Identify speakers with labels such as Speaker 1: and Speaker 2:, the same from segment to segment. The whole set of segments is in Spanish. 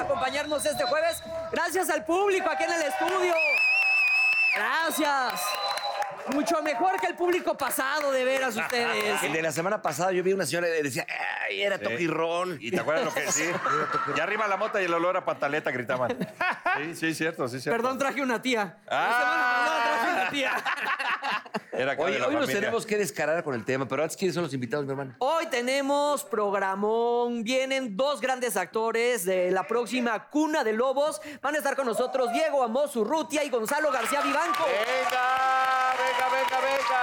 Speaker 1: acompañarnos este jueves. Gracias al público aquí en el estudio. Gracias. Mucho mejor que el público pasado, de veras, ustedes.
Speaker 2: ¿Eh?
Speaker 3: El de la semana pasada yo vi una señora que decía, ¡ay, era toquirrón!
Speaker 2: ¿Y te acuerdas lo que sí? Y arriba la mota y el olor a pantaleta gritaban. Sí, sí, es cierto, sí, es cierto.
Speaker 1: Perdón, traje una tía. La
Speaker 2: Ah.
Speaker 1: semana pasada traje una tía.
Speaker 2: Era acá de
Speaker 3: Oye,
Speaker 2: la
Speaker 3: hoy nos
Speaker 2: familia.
Speaker 3: tenemos que descarar con el tema, pero antes, ¿quiénes son los invitados, mi hermano?
Speaker 1: Hoy tenemos programón. Vienen dos grandes actores de la próxima Cuna de Lobos. Van a estar con nosotros Diego Amos Urrutia y Gonzalo García Vivanco.
Speaker 2: ¡Eh! ¡Venga! ¡Venga, venga, venga!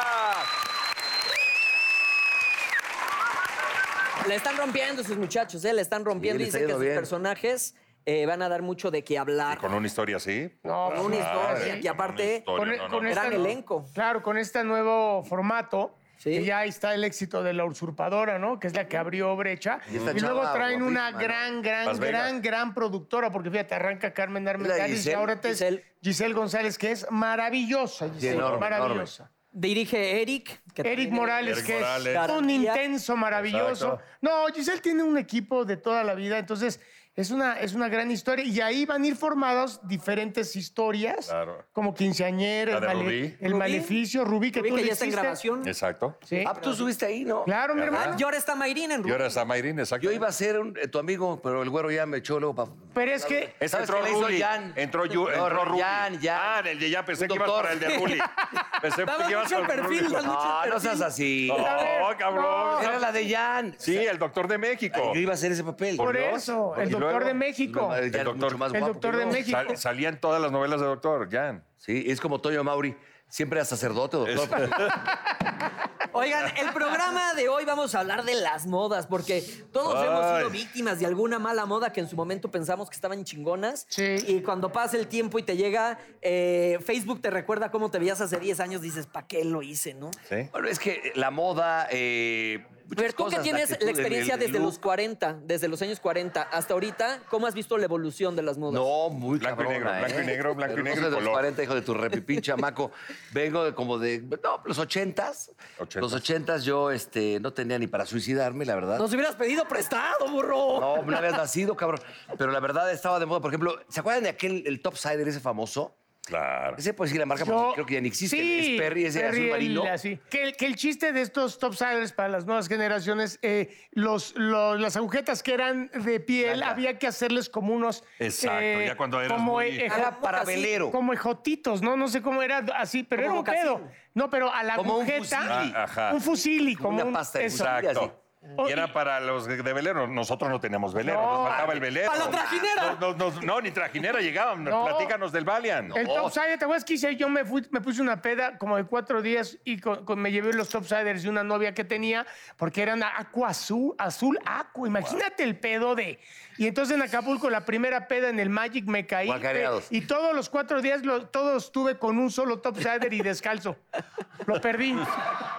Speaker 1: Le están rompiendo esos muchachos, ¿eh? Le están rompiendo. y
Speaker 3: Sí, les ha
Speaker 1: Dicen que
Speaker 3: ido
Speaker 1: sus
Speaker 3: bien.
Speaker 1: personajes eh, van a dar mucho de qué hablar.
Speaker 2: ¿Y con una historia así? No,
Speaker 1: con una historia, que aparte-
Speaker 2: Con, una historia, no, no.
Speaker 1: gran
Speaker 4: este-
Speaker 1: elenco.
Speaker 4: Claro, con este nuevo formato.
Speaker 1: Sí.
Speaker 4: que ya ahí está el éxito de la usurpadora, ¿no? Que es la que abrió brecha.
Speaker 3: Y
Speaker 4: Y,
Speaker 3: esta chava
Speaker 4: luego traen una
Speaker 3: guapísima, ¿no?
Speaker 4: gran, gran,
Speaker 2: Las Vegas.
Speaker 4: gran, gran productora, porque fíjate, arranca Carmen
Speaker 3: Es la
Speaker 4: Armendáriz y
Speaker 3: Giselle.
Speaker 4: ahora te es
Speaker 1: Giselle.
Speaker 4: Giselle. González, que es maravillosa, Giselle,
Speaker 3: enorme,
Speaker 4: maravillosa.
Speaker 1: Dirige Eric. que
Speaker 4: Eric
Speaker 1: también-
Speaker 4: Morales,
Speaker 2: Eric
Speaker 4: que es
Speaker 2: Morales.
Speaker 4: un intenso, maravilloso.
Speaker 2: Exacto.
Speaker 4: No, Giselle tiene un equipo de toda la vida, entonces es una, es una gran historia. Y ahí van a ir formadas diferentes historias,
Speaker 2: Claro.
Speaker 4: como quinceañera, el,
Speaker 2: La de
Speaker 4: male-
Speaker 2: Rubí.
Speaker 4: el
Speaker 1: Rubí.
Speaker 4: Maleficio, Rubí, que
Speaker 1: Rubí,
Speaker 4: tú
Speaker 1: que
Speaker 4: le
Speaker 1: ya está en
Speaker 4: hiciste.
Speaker 1: grabación.
Speaker 2: Exacto.
Speaker 4: Sí.
Speaker 3: Ah, tú subiste ahí, ¿no?
Speaker 4: Claro, mi
Speaker 2: Ajá.
Speaker 4: hermano.
Speaker 1: Y ahora está Mayrin en
Speaker 2: Y ahora está Mayrin, exacto.
Speaker 3: Yo iba a ser un- eh, tu amigo, pero el güero ya me echó luego para...
Speaker 4: Pero es que
Speaker 2: Es que
Speaker 3: ¿Sabes
Speaker 2: entró
Speaker 3: qué le hizo
Speaker 2: Ruli.
Speaker 3: Jan?
Speaker 2: Entró, Yu-
Speaker 3: No,
Speaker 2: entró Ruli.
Speaker 3: Jan, Jan.
Speaker 2: Ah, en el de Jan, pensé
Speaker 3: Un
Speaker 2: que ibas
Speaker 3: doctor.
Speaker 2: para el de Ruli. Pensé
Speaker 1: Daba
Speaker 2: que ibas
Speaker 1: mucho
Speaker 2: con
Speaker 1: perfil,
Speaker 2: Ruli.
Speaker 1: daba mucho-
Speaker 3: No, no seas así.
Speaker 2: No, cabrón.
Speaker 3: Era la de Jan.
Speaker 2: Sí, el doctor de México.
Speaker 3: Yo iba a hacer ese papel.
Speaker 4: por
Speaker 2: Dios.
Speaker 4: eso,
Speaker 2: Y
Speaker 4: el doctor
Speaker 2: luego,
Speaker 4: de México.
Speaker 3: El Jan
Speaker 2: El
Speaker 3: es mucho
Speaker 2: doctor-
Speaker 3: más
Speaker 4: el
Speaker 3: guapo
Speaker 4: doctor
Speaker 3: que
Speaker 4: de
Speaker 3: yo.
Speaker 4: México.
Speaker 2: Sal- salían todas las novelas de doctor, Jan.
Speaker 3: Sí, es como Toño Mauri. Siempre era sacerdote, doctor.
Speaker 1: Oigan, el programa de hoy vamos a hablar de las modas, porque todos
Speaker 2: Ay.
Speaker 1: hemos sido víctimas de alguna mala moda que en su momento pensamos que estaban chingonas.
Speaker 4: Sí.
Speaker 1: Y cuando pasa el tiempo y te llega, eh, Facebook te recuerda cómo te veías hace 10 años, dices, ¿para qué lo hice, no?
Speaker 2: Sí.
Speaker 3: Bueno, es que la moda. Eh,
Speaker 1: A ver, tú que tienes la experiencia desde los 40, desde los años 40 hasta ahorita, ¿cómo has visto la evolución de las modas?
Speaker 3: No, muy
Speaker 2: Blanco y
Speaker 3: cabrona,
Speaker 2: negro, blanco y
Speaker 3: ¿eh?
Speaker 2: negro, blanco y
Speaker 3: Pero no
Speaker 2: negro
Speaker 3: soy
Speaker 2: y
Speaker 3: de los
Speaker 2: color.
Speaker 3: 40, hijo de tu repipín, chamaco. Vengo de como de. No, los 80s.
Speaker 2: Ochentas.
Speaker 3: Los 80 yo este, no tenía ni para suicidarme, la verdad.
Speaker 1: Nos hubieras pedido prestado, burro.
Speaker 3: No, no habías nacido, cabrón. Pero la verdad estaba de moda. Por ejemplo, ¿se acuerdan de aquel, el Topsider, ese famoso?
Speaker 2: Claro.
Speaker 3: Ese puede decir la marca,
Speaker 4: Yo-
Speaker 3: porque creo que ya ni existe.
Speaker 4: Sí,
Speaker 3: es Perry, ese azul
Speaker 4: el-
Speaker 3: marino.
Speaker 4: así. Que, el- que el chiste de estos topsiders para las nuevas generaciones, eh, los, los- las agujetas que eran de piel,
Speaker 3: Blanca.
Speaker 4: había que hacerles como unos.
Speaker 2: Exacto, ya cuando eras
Speaker 4: como,
Speaker 2: muy-
Speaker 4: eh,
Speaker 3: Era para
Speaker 1: Así,
Speaker 3: velero.
Speaker 4: como ejotitos, ¿no? No sé cómo era así, pero
Speaker 1: Como
Speaker 4: era un
Speaker 1: mocasín.
Speaker 4: pedo. No, pero a la
Speaker 3: Como un
Speaker 4: agujeta.
Speaker 3: fusili.
Speaker 2: Ah, ajá.
Speaker 4: Un fusili,
Speaker 3: Como
Speaker 4: como
Speaker 3: una
Speaker 4: un-
Speaker 3: pasta de
Speaker 4: eso.
Speaker 3: fusili.
Speaker 2: Exacto.
Speaker 4: Oh,
Speaker 2: Y era
Speaker 4: y-
Speaker 2: para los de velero. Nosotros no teníamos velero,
Speaker 4: No,
Speaker 2: nos faltaba el velero.
Speaker 1: ¡Para la trajinera!
Speaker 2: No, no, no, no, ni trajinera llegaban.
Speaker 4: No.
Speaker 2: Platícanos del Valiant.
Speaker 4: El topsider, ¿te acuerdas que hice? Yo me, fui- me puse una peda como de cuatro días y con- con- me llevé los topsiders de una novia que tenía porque eran aqua azul, azul aqua. Imagínate el pedo de... Y entonces en Acapulco, la primera peda en el Magic me caí.
Speaker 3: Guacareados.
Speaker 4: y todos los cuatro días, lo- todos estuve con un solo topsider y descalzo. Lo perdí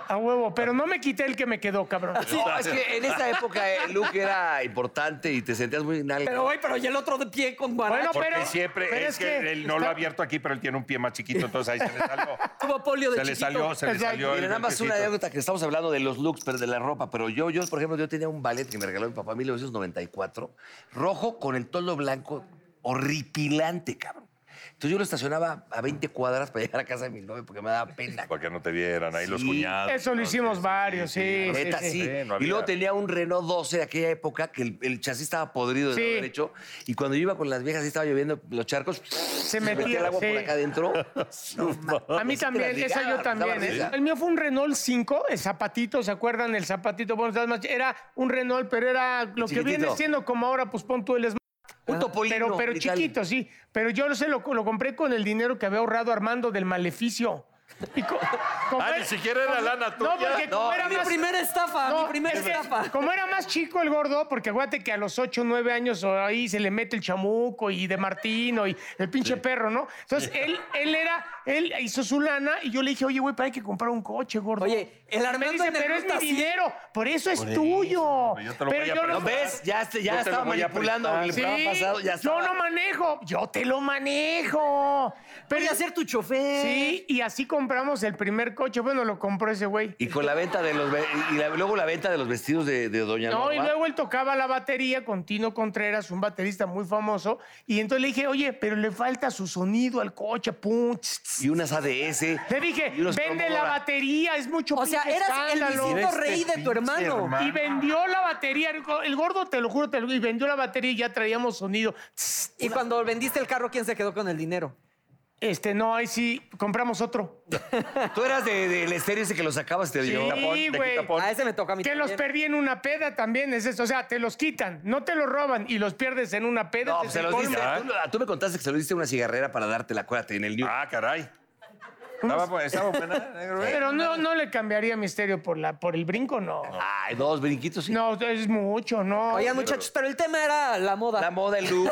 Speaker 4: a huevo, pero no me quité el que me quedó, cabrón.
Speaker 3: No, es que en esa época eh, el look era importante y te sentías muy nalga.
Speaker 1: Pero, güey, pero ya el otro de pie con guaracha.
Speaker 4: Bueno,
Speaker 2: Porque
Speaker 4: pero-
Speaker 2: siempre
Speaker 4: pero
Speaker 2: es,
Speaker 4: es
Speaker 2: que,
Speaker 4: que
Speaker 2: él no lo ha abierto aquí, pero él tiene un pie más chiquito, entonces ahí se le salió.
Speaker 1: Tuvo polio de
Speaker 2: se le
Speaker 1: chiquito.
Speaker 2: salió, se le
Speaker 4: Exacto.
Speaker 2: salió. el
Speaker 3: Mira, nada más una
Speaker 2: golpecito.
Speaker 3: anécdota que estamos hablando de los looks, pero de la ropa. Pero yo, yo, por ejemplo, yo tenía un ballet que me regaló mi papá en 1994, rojo con el toldo blanco, horripilante, cabrón. Entonces yo lo estacionaba a 20 cuadras para llegar a casa de mi novia porque me daba pena.
Speaker 2: Para que no te vieran ahí los
Speaker 3: Sí.
Speaker 2: cuñados.
Speaker 4: Eso lo
Speaker 2: ¿no?
Speaker 4: hicimos
Speaker 2: Sí, sí,
Speaker 4: varios, sí.
Speaker 3: Neta, sí.
Speaker 2: Sí, no
Speaker 3: y luego
Speaker 2: había.
Speaker 3: tenía un Renault 12 de aquella época que el, el chasis estaba podrido de
Speaker 4: Sí.
Speaker 3: no haber hecho. Y cuando yo iba con las viejas y estaba lloviendo los charcos, se
Speaker 4: metía,
Speaker 3: el agua
Speaker 4: sí.
Speaker 3: por acá adentro.
Speaker 4: A mí también,
Speaker 3: ligabas,
Speaker 4: esa yo
Speaker 3: te
Speaker 4: también.
Speaker 3: dabas
Speaker 4: ¿eh?
Speaker 3: esa.
Speaker 4: El mío fue un Renault 5, el zapatito, ¿se acuerdan? El zapatito, bueno, nada más, era un Renault, pero era lo que
Speaker 3: Chiquitito.
Speaker 4: viene siendo como ahora, pues pon tú el Smart.
Speaker 3: Un topolino.
Speaker 4: Pero, pero
Speaker 3: literal.
Speaker 4: chiquito, sí. Pero yo lo sé, lo, lo compré con el dinero que había ahorrado Armando del maleficio. Y co- como
Speaker 2: Ah,
Speaker 4: era-
Speaker 2: ni siquiera era lana
Speaker 4: No,
Speaker 2: tuya.
Speaker 4: porque como
Speaker 3: No,
Speaker 4: era
Speaker 3: mi
Speaker 1: Mi
Speaker 4: más...
Speaker 1: primera estafa,
Speaker 4: no,
Speaker 1: Ah, mi primera
Speaker 4: es que
Speaker 1: estafa.
Speaker 4: como era más chico el gordo, porque acuérdate que a los 8 o 9 años o ahí se le mete el chamuco y de Martino y el pinche perro, ¿no? Entonces él, él era, él hizo su lana y yo le dije, oye, güey, para hay que comprar un coche, gordo.
Speaker 1: Oye, el
Speaker 4: Y me
Speaker 1: Armando
Speaker 4: dice,
Speaker 1: en el
Speaker 4: pero
Speaker 1: Ruta
Speaker 4: es mi
Speaker 1: sí".
Speaker 4: dinero, por eso es tuyo.
Speaker 2: pero yo te lo voy a
Speaker 3: ¿No
Speaker 2: prestar.
Speaker 3: ves? Ya, te- ya
Speaker 2: Yo te
Speaker 3: estaba
Speaker 2: lo voy a
Speaker 3: manipulando.
Speaker 2: prestar.
Speaker 3: el
Speaker 4: Sí,
Speaker 3: programa pasado ya
Speaker 4: yo
Speaker 3: estaba-
Speaker 4: no manejo, yo te lo manejo.
Speaker 1: Voy
Speaker 4: Pero
Speaker 1: a ser tu chofer.
Speaker 4: Sí, y así compramos el primer coche. Bueno, lo compró ese güey.
Speaker 3: Y con la venta de los ve- y la- luego la venta de los vestidos de, de Doña
Speaker 4: No,
Speaker 3: Norma.
Speaker 4: y luego él tocaba la batería con Tino Contreras, un baterista muy famoso. Y entonces le dije, oye, pero le falta su sonido al coche. Pum, tss, tss".
Speaker 3: Y unas ADS.
Speaker 4: Le dije,
Speaker 3: Y unos
Speaker 4: vende la
Speaker 3: Promodora.
Speaker 4: batería, es mucho
Speaker 1: O sea,
Speaker 4: pinche
Speaker 1: eras el
Speaker 4: escándalo".
Speaker 1: Luisito Rey de tu
Speaker 2: pinche
Speaker 1: hermano.
Speaker 2: hermano.
Speaker 4: Y vendió la batería, el go- el gordo, te lo juro, te lo y vendió la batería y ya traíamos sonido. Tss,
Speaker 1: Y cuando vendiste el carro, ¿quién se quedó con el dinero?
Speaker 4: Este, no, ahí sí, compramos otro.
Speaker 3: Tú eras del de, del estéreo ese que lo sacabas y te dio.
Speaker 2: tapón,
Speaker 4: Sí,
Speaker 2: te
Speaker 4: güey.
Speaker 2: quita pon.
Speaker 1: A ese me toca a mí.
Speaker 4: Que los
Speaker 1: también.
Speaker 4: perdí en una peda también, es eso. O sea, te los quitan, no te los roban y los pierdes en una peda.
Speaker 3: No,
Speaker 4: te
Speaker 3: pues se los
Speaker 4: colmo.
Speaker 3: diste.
Speaker 2: colmo.
Speaker 3: Tú, tú me contaste que se los diste a una cigarrera para darte la cuerda en el New.
Speaker 2: Ah, caray. Estaba, estaba buena, negro, ¿eh?
Speaker 4: Pero no, no le cambiaría misterio por, la, por el brinco, no.
Speaker 3: Ay, dos brinquitos. y-
Speaker 4: No, es mucho, no.
Speaker 1: Oigan, muchachos, pero el tema era la moda.
Speaker 3: La moda, el look.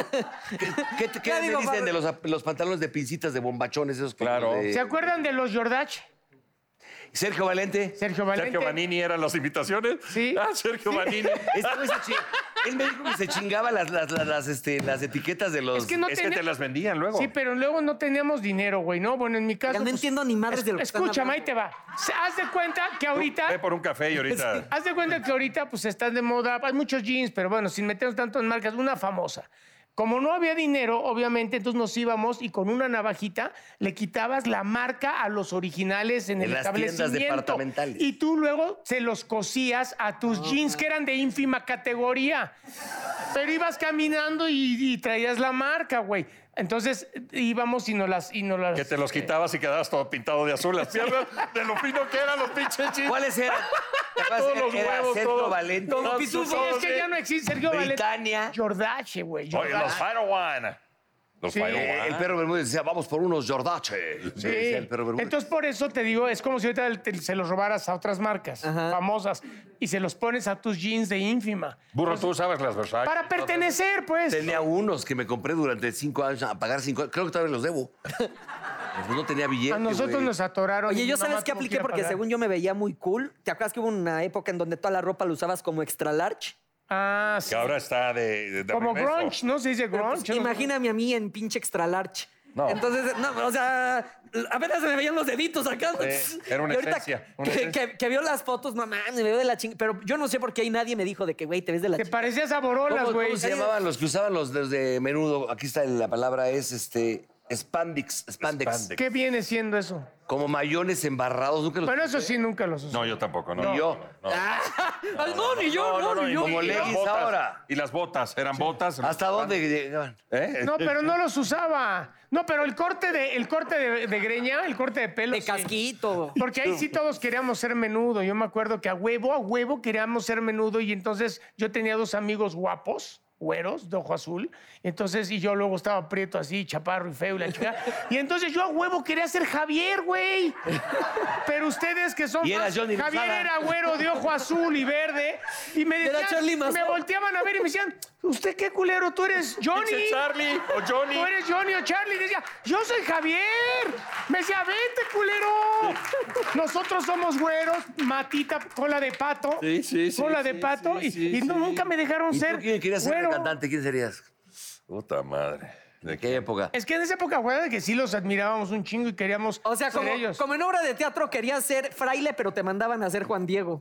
Speaker 3: ¿Qué, qué, qué
Speaker 1: Ya
Speaker 3: me
Speaker 1: digo,
Speaker 3: dicen
Speaker 1: Pablo.
Speaker 3: de los, ap- los pantalones de pincitas de bombachones esos? como
Speaker 2: Claro.
Speaker 3: de-
Speaker 4: ¿Se acuerdan de los Jordach?
Speaker 3: Sergio Valente.
Speaker 4: Sergio Valente.
Speaker 2: Sergio Manini eran las invitaciones.
Speaker 4: Sí.
Speaker 2: Ah, Sergio Manini.
Speaker 3: Este güey se chi- Él me dijo que se chingaba las, las, las, las, este, las etiquetas de los...
Speaker 4: Es que no
Speaker 2: es que
Speaker 4: tenía-
Speaker 2: te las vendían luego.
Speaker 4: Sí, pero luego no teníamos dinero, güey, ¿no? Bueno, en mi caso.
Speaker 1: Ya no
Speaker 4: pues,
Speaker 1: entiendo ni madres de lo que están
Speaker 4: Escúchame, ahí
Speaker 1: hablando.
Speaker 4: te va. Se- Haz de cuenta que
Speaker 2: Ve
Speaker 4: ahorita.
Speaker 2: por un café y ahorita.
Speaker 4: Haz de cuenta que ahorita, pues están de moda. Hay muchos jeans, pero bueno, sin meternos tanto en marcas, una famosa. Como no había dinero, obviamente, entonces nos íbamos y con una navajita le quitabas la marca a los originales en,
Speaker 3: En
Speaker 4: el
Speaker 3: las tiendas
Speaker 4: establecimiento.
Speaker 3: departamentales. Ah.
Speaker 4: Y tú luego se los cosías a tus jeans, que eran de ínfima categoría. Pero ibas caminando y, y traías la marca, güey. Entonces íbamos y nos las. Y nos las
Speaker 2: Que te los quitabas y quedabas todo pintado de azul las piernas, de lo fino que eran los pinches chistes.
Speaker 3: ¿Cuáles eran? ¿Te acuerdas?
Speaker 2: Todos los
Speaker 3: Era
Speaker 2: huevos,
Speaker 3: Sergio
Speaker 2: todo.
Speaker 3: Valente.
Speaker 2: Todo
Speaker 4: Sí,
Speaker 2: pitufo.
Speaker 4: es que ya no existe Sergio
Speaker 3: Britania.
Speaker 4: Valente. Jordache, güey.
Speaker 2: Oye, los
Speaker 4: Jordache.
Speaker 2: Firewan. Los
Speaker 4: Sí.
Speaker 3: Eh,
Speaker 2: Firewan.
Speaker 3: El perro Bermúdez decía, vamos por unos Jordache. Sí, decía el perro Bermúdez.
Speaker 4: Entonces, por eso te digo, es como si ahorita te- se los robaras a otras marcas famosas y se los pones a tus jeans de ínfima.
Speaker 2: Burro, tú sabes las Versace.
Speaker 4: Pues Para pertenecer, pues.
Speaker 3: Tenía unos que me compré durante cinco años a pagar cinco. Creo que todavía los debo. Pues no tenía billete.
Speaker 4: A nosotros
Speaker 3: güey.
Speaker 4: nos atoraron.
Speaker 1: Oye,
Speaker 4: y
Speaker 1: yo
Speaker 4: mi mamá
Speaker 1: sabes qué
Speaker 4: tuvo ir
Speaker 1: apliqué
Speaker 4: a
Speaker 1: porque
Speaker 4: pagar.
Speaker 1: según yo me veía muy cool. ¿Te acuerdas que hubo una época en donde toda la ropa la usabas como extra large?
Speaker 4: Ah, sí.
Speaker 2: Que ahora está de. de- de
Speaker 4: Como
Speaker 2: regreso.
Speaker 4: brunch, ¿no? Se dice
Speaker 1: Pero, pues,
Speaker 4: brunch. ¿no?
Speaker 1: imagíname a mí en pinche extra large.
Speaker 2: No.
Speaker 1: Entonces, no, o sea, apenas se me veían los deditos acá.
Speaker 2: Sí, era una
Speaker 1: Y ahorita
Speaker 2: esencia, una
Speaker 1: que,
Speaker 2: esencia.
Speaker 1: que- que vio las fotos, mamá, me veo de la chingada. Pero yo no sé por qué ahí nadie me dijo de que, güey, te ves de la
Speaker 4: Te
Speaker 1: chingada.
Speaker 4: parecías a Borolas,
Speaker 3: ¿Cómo,
Speaker 4: güey.
Speaker 3: cómo se llamaban los que usaban los de, de menudo? Aquí está la palabra, es este. Spandex, spandex.
Speaker 2: Spandex.
Speaker 4: ¿Qué viene siendo eso?
Speaker 3: Como mayones embarrados. Nunca los...
Speaker 4: Bueno, eso sí nunca los usé.
Speaker 2: No, yo tampoco, ¿no?
Speaker 3: Ni yo.
Speaker 2: No.
Speaker 1: Ay, no, ni yo, no, ni
Speaker 2: y-
Speaker 1: yo.
Speaker 3: como
Speaker 2: y las
Speaker 3: leggings
Speaker 2: botas,
Speaker 3: ahora.
Speaker 2: Y las botas, eran botas.
Speaker 3: ¿Hasta dónde llegaban?
Speaker 2: ¿Eh?
Speaker 4: No, pero no los usaba. No, pero el corte de, el corte de, de greña, el corte de pelo.
Speaker 1: De
Speaker 4: sí.
Speaker 1: casquito.
Speaker 4: Porque ahí sí todos queríamos ser menudo. Yo me acuerdo que a huevo, a huevo queríamos ser menudo y entonces yo tenía dos amigos guapos, güeros, de ojo azul. Entonces, y yo luego estaba prieto así, chaparro y feo y la chica. Y entonces yo a huevo quería ser Javier, güey. Pero ustedes que son
Speaker 3: Y era
Speaker 4: más-
Speaker 3: Johnny
Speaker 4: Javier
Speaker 3: Lozada.
Speaker 4: era güero de ojo azul y verde. Y me
Speaker 1: Y era
Speaker 4: decían,
Speaker 1: Charlie Mazo.
Speaker 4: me volteaban a ver y me decían, ¿usted qué culero? ¿Tú eres Johnny?
Speaker 2: Pinche Charlie o Johnny.
Speaker 4: Tú eres Johnny o Charlie. Decía, yo soy Javier. Me decía, vente, culero. Nosotros somos güeros, matita, cola de pato.
Speaker 2: Sí, sí, sí,
Speaker 4: Cola de
Speaker 2: sí,
Speaker 4: pato.
Speaker 2: sí,
Speaker 4: y-
Speaker 2: sí,
Speaker 4: y no-
Speaker 2: sí.
Speaker 4: nunca me dejaron
Speaker 3: ¿Y tú
Speaker 4: ser.
Speaker 3: quién querías ser de
Speaker 4: güero.
Speaker 3: cantante? ¿Quién serías?
Speaker 2: Puta madre.
Speaker 3: ¿De aquella época?
Speaker 4: Es que en esa época, güey, que sí los admirábamos un chingo y queríamos
Speaker 1: O sea,
Speaker 4: ser
Speaker 1: como,
Speaker 4: ellos.
Speaker 1: como en obra de teatro querías ser fraile, pero te mandaban a ser Juan Diego.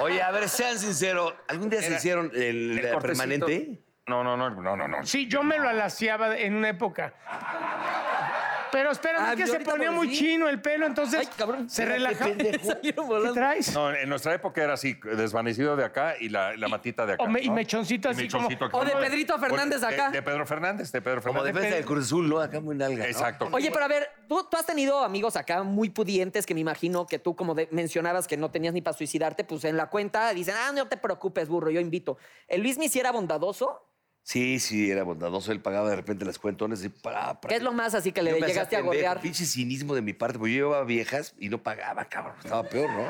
Speaker 3: Oye, a ver, sean sinceros. ¿Algún día se
Speaker 2: Era-
Speaker 3: hicieron el,
Speaker 2: El
Speaker 3: eh,
Speaker 2: cortecito-
Speaker 3: permanente?
Speaker 2: No, no, no, no, no, no.
Speaker 4: Sí, yo me lo alaciaba en una época. Pero espérame,
Speaker 1: Ah,
Speaker 4: es que
Speaker 1: yo
Speaker 4: se
Speaker 1: ahorita
Speaker 4: ponía
Speaker 1: parecí.
Speaker 4: muy chino el pelo, entonces
Speaker 1: Ay, cabrón.
Speaker 4: Pues se
Speaker 1: Mira, qué
Speaker 4: relajaba. ¿Qué
Speaker 3: pendejo.
Speaker 1: Salieron volando.
Speaker 4: traes?
Speaker 2: No, en nuestra época era así, desvanecido de acá y la, la matita de acá.
Speaker 4: o me- y
Speaker 2: ¿no?
Speaker 4: mechoncito así como-
Speaker 2: acá.
Speaker 1: O de Pedrito Fernández
Speaker 2: de-
Speaker 1: acá.
Speaker 2: De, Pedro Fernández, de Pedro
Speaker 3: Como
Speaker 2: Fernández.
Speaker 3: defensa del Cruz Azul, ¿no? Acá muy nalga. ¿no?
Speaker 2: Exacto.
Speaker 1: Oye, pero a ver, ¿tú, tú has tenido amigos acá muy pudientes que me imagino que tú, como de- mencionabas que no tenías ni para suicidarte, pues en la cuenta dicen, ah, no te preocupes, burro, yo invito. ¿El Luis me hiciera bondadoso?
Speaker 3: Sí, sí, era bondadoso. Él pagaba de repente las cuentones y para, para.
Speaker 1: ¿Qué es lo más así que le
Speaker 3: Yo me hacía
Speaker 1: llegaste a
Speaker 3: pendejo,
Speaker 1: golear?
Speaker 3: Pinche cinismo de mi parte, porque yo llevaba viejas y no pagaba, cabrón. Estaba peor, ¿no?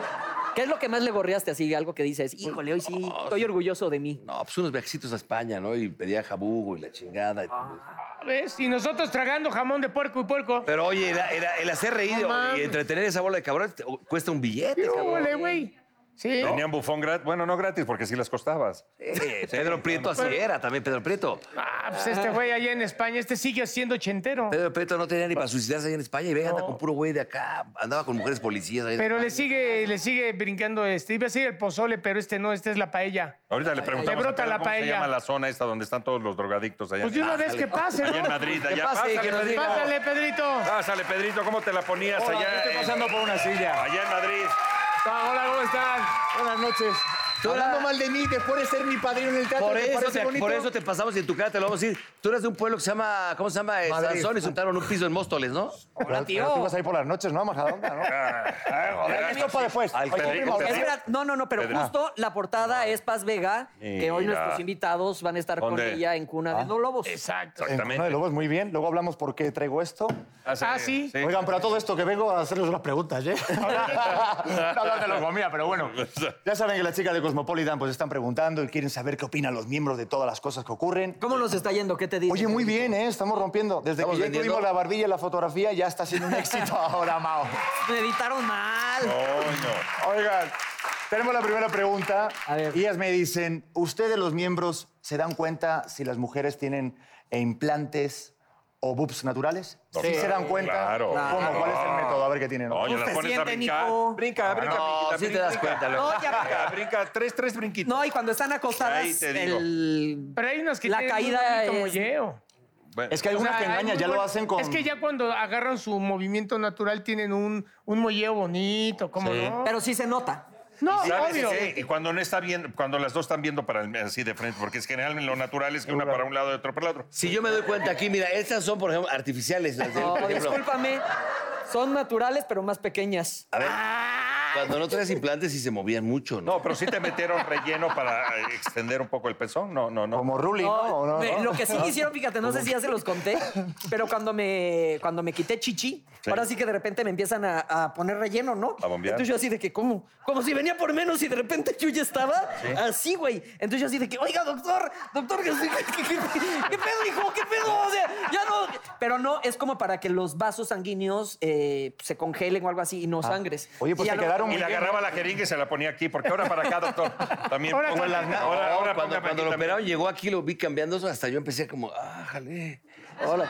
Speaker 1: ¿Qué es lo que más le gorreaste así? Algo que dices, híjole, hoy sí,
Speaker 2: Pues,
Speaker 1: estoy orgulloso de mí.
Speaker 3: No, pues unos viajecitos a España, ¿no? Y pedía jabugo y la chingada. y todo eso.
Speaker 4: ¿Ves? Y nosotros tragando jamón de puerco y puerco.
Speaker 3: Pero oye, era- era- el hacer reír
Speaker 4: No
Speaker 3: o-
Speaker 4: mames.
Speaker 3: y entretener esa bola de cabrón te- o- cuesta un billete,
Speaker 4: ¿Qué
Speaker 3: cabrón.
Speaker 4: huele, güey? Sí.
Speaker 2: Tenían bufón gratis. Bueno, no gratis, porque sí les costabas.
Speaker 3: Eh, Pedro Prieto así era también, Pedro Prieto.
Speaker 4: Ah, pues este güey allá en España, este sigue siendo ochentero.
Speaker 3: Pedro Prieto no tenía ni para suicidarse ahí en España y ve, anda con puro güey de acá. Andaba con mujeres policías ahí. en
Speaker 4: Pero le
Speaker 3: España.
Speaker 4: sigue, le sigue brincando este. Iba a decir el pozole, pero este no, este es la paella.
Speaker 2: Ahorita le
Speaker 4: Te
Speaker 2: preguntamos a
Speaker 4: brota
Speaker 2: Pedro
Speaker 4: la
Speaker 2: cómo se
Speaker 4: paella.
Speaker 2: llama la zona esta donde están todos los drogadictos allá.
Speaker 4: Pues de una vez que pase,
Speaker 2: Allá en
Speaker 4: ¿no?
Speaker 2: Madrid,
Speaker 3: Que
Speaker 2: allá.
Speaker 3: pase,
Speaker 2: Pásale,
Speaker 3: que nos
Speaker 2: Pedrito.
Speaker 3: diga.
Speaker 4: Pásale, Pedrito.
Speaker 2: Pásale, Pedrito, ¿cómo te la ponías
Speaker 5: Hola,
Speaker 2: allá?
Speaker 5: yo estoy
Speaker 2: en-
Speaker 5: pasando por una silla.
Speaker 2: Allá en Madrid.
Speaker 5: Ah, Hola, ¿cómo están? Buenas noches. Hablando mal de mí, después de ser mi padrino en el teatro,
Speaker 3: Por
Speaker 5: ¿te
Speaker 3: eso,
Speaker 5: parece
Speaker 3: te,
Speaker 5: bonito?
Speaker 3: por eso te pasamos y en tu cara te lo vamos a decir. Tú eres de un pueblo que se llama, ¿cómo se llama? Eh,
Speaker 5: Madrid.
Speaker 3: Sansón y soltaron un piso en Móstoles, ¿no?
Speaker 5: Pero-
Speaker 1: tío.
Speaker 5: pero tú vas a ir por las noches, ¿no? A Majadahonda, ¿no? Esto para después.
Speaker 3: Al
Speaker 5: Oye,
Speaker 3: Pedro-
Speaker 5: primo,
Speaker 2: Pedro-
Speaker 5: ¿eh?
Speaker 1: Es verdad, no, no, no, pero
Speaker 2: Pedro.
Speaker 1: justo la portada es Paz Vega, que hoy
Speaker 2: Mira.
Speaker 1: nuestros invitados van a estar con
Speaker 2: ¿Dónde? Ah.
Speaker 1: ella en Cuna de los Lobos.
Speaker 4: Exacto.
Speaker 5: En Cuna de
Speaker 2: Exactamente.
Speaker 5: Lobos, muy bien. Luego hablamos por qué traigo esto.
Speaker 4: Ah, sí.
Speaker 5: Oigan, pero a todo esto que vengo a hacerles unas preguntas, ¿eh? no, no te lo comía, pero bueno. Ya saben que las chicas de Cosmopolitan pues están preguntando y quieren saber qué opinan los miembros de todas las cosas que ocurren.
Speaker 1: ¿Cómo nos está yendo? ¿Qué te dice?
Speaker 5: Oye, muy bien, ¿eh? Estamos rompiendo. Desde
Speaker 3: Estamos
Speaker 5: que ya
Speaker 3: vendiendo.
Speaker 5: incluimos la barbilla y la fotografía, ya está siendo un éxito ahora, Mao.
Speaker 1: Me editaron mal.
Speaker 2: Coño.
Speaker 5: Oigan, tenemos la primera pregunta.
Speaker 1: A ver.
Speaker 5: Y ellas me dicen, ¿ustedes los miembros se dan cuenta si las mujeres tienen e implantes o boobs naturales?
Speaker 2: No,
Speaker 5: sí, se dan cuenta.
Speaker 2: claro.
Speaker 5: ¿Cómo? ¿Cuál es el
Speaker 2: Claro.
Speaker 5: método? A ver qué tienen.
Speaker 2: Oye,
Speaker 1: ¿Cómo
Speaker 2: las
Speaker 1: se
Speaker 2: pones a
Speaker 1: siente,
Speaker 2: brincar.
Speaker 1: Nico?
Speaker 2: Brinca, brinca,
Speaker 3: No,
Speaker 2: brinquita,
Speaker 3: sí te das
Speaker 2: brinca.
Speaker 3: cuenta. luego.
Speaker 1: No, ya
Speaker 2: Brinca, brinca, tres, tres brinquitos.
Speaker 1: No, y cuando están
Speaker 2: Ahí
Speaker 1: acostadas,
Speaker 2: te digo.
Speaker 1: el...
Speaker 4: Pero hay unas que
Speaker 1: La
Speaker 4: tienen muy
Speaker 1: caída
Speaker 4: bonito
Speaker 1: es-
Speaker 4: molleo.
Speaker 2: Bueno,
Speaker 5: Es que hay algunas
Speaker 4: O sea,
Speaker 5: que
Speaker 4: hay
Speaker 5: engañan,
Speaker 4: muy
Speaker 5: ya lo
Speaker 4: buen-
Speaker 5: hacen con...
Speaker 4: Es que ya cuando agarran su movimiento natural tienen un, un molleo bonito, ¿cómo no?
Speaker 1: Pero sí se nota.
Speaker 4: no,
Speaker 2: ¿sabes
Speaker 4: obvio.
Speaker 2: qué? Y cuando no está bien, cuando las dos están viendo para el- así de frente, porque es general lo natural es que una para un lado y otra para el otro.
Speaker 3: Si yo me doy cuenta aquí, mira, estas son, por ejemplo, artificiales. Las de,
Speaker 1: No,
Speaker 3: por ejemplo,
Speaker 1: Oh, discúlpame. Son naturales, pero más pequeñas.
Speaker 3: A ver, cuando no traes implantes sí se movían mucho, ¿no?
Speaker 2: No, pero sí te metieron relleno para eh, extender un poco el pezón. No, no, no.
Speaker 5: Como Ruli, ¿no? ¿O no?
Speaker 1: me- Lo que sí me hicieron, fíjate, no sé si ya se los conté, pero cuando me, cuando me quité chichi, ahora sí que de repente me empiezan a, a poner relleno, ¿no?
Speaker 2: A bombear.
Speaker 1: Entonces yo así de que, ¿cómo? Como si venía por menos y de repente yo ya estaba así, güey. Entonces yo así de que, oiga, doctor, doctor, ¿qué, qué- qué- qué pedo, hijo? ¿Qué pedo? O sea, ya no. Pero no, es como para que los vasos sanguíneos eh, se congelen o algo así y no sangres.
Speaker 5: Oye, pues
Speaker 1: Y
Speaker 5: te
Speaker 1: a lo-
Speaker 5: quedaron
Speaker 2: Y
Speaker 5: muy
Speaker 2: le
Speaker 5: bien.
Speaker 2: agarraba la jeringa y se la ponía aquí, porque ahora para acá, doctor. También
Speaker 4: Ahora
Speaker 2: pongo
Speaker 4: con
Speaker 2: la-
Speaker 4: las-
Speaker 2: ahora, ahora
Speaker 3: oh, cuando,
Speaker 2: póngame
Speaker 3: cuando
Speaker 2: aquí
Speaker 3: lo
Speaker 2: también.
Speaker 3: operaron llegó aquí, lo vi cambiando eso, hasta yo empecé como, ah, jale. Hola.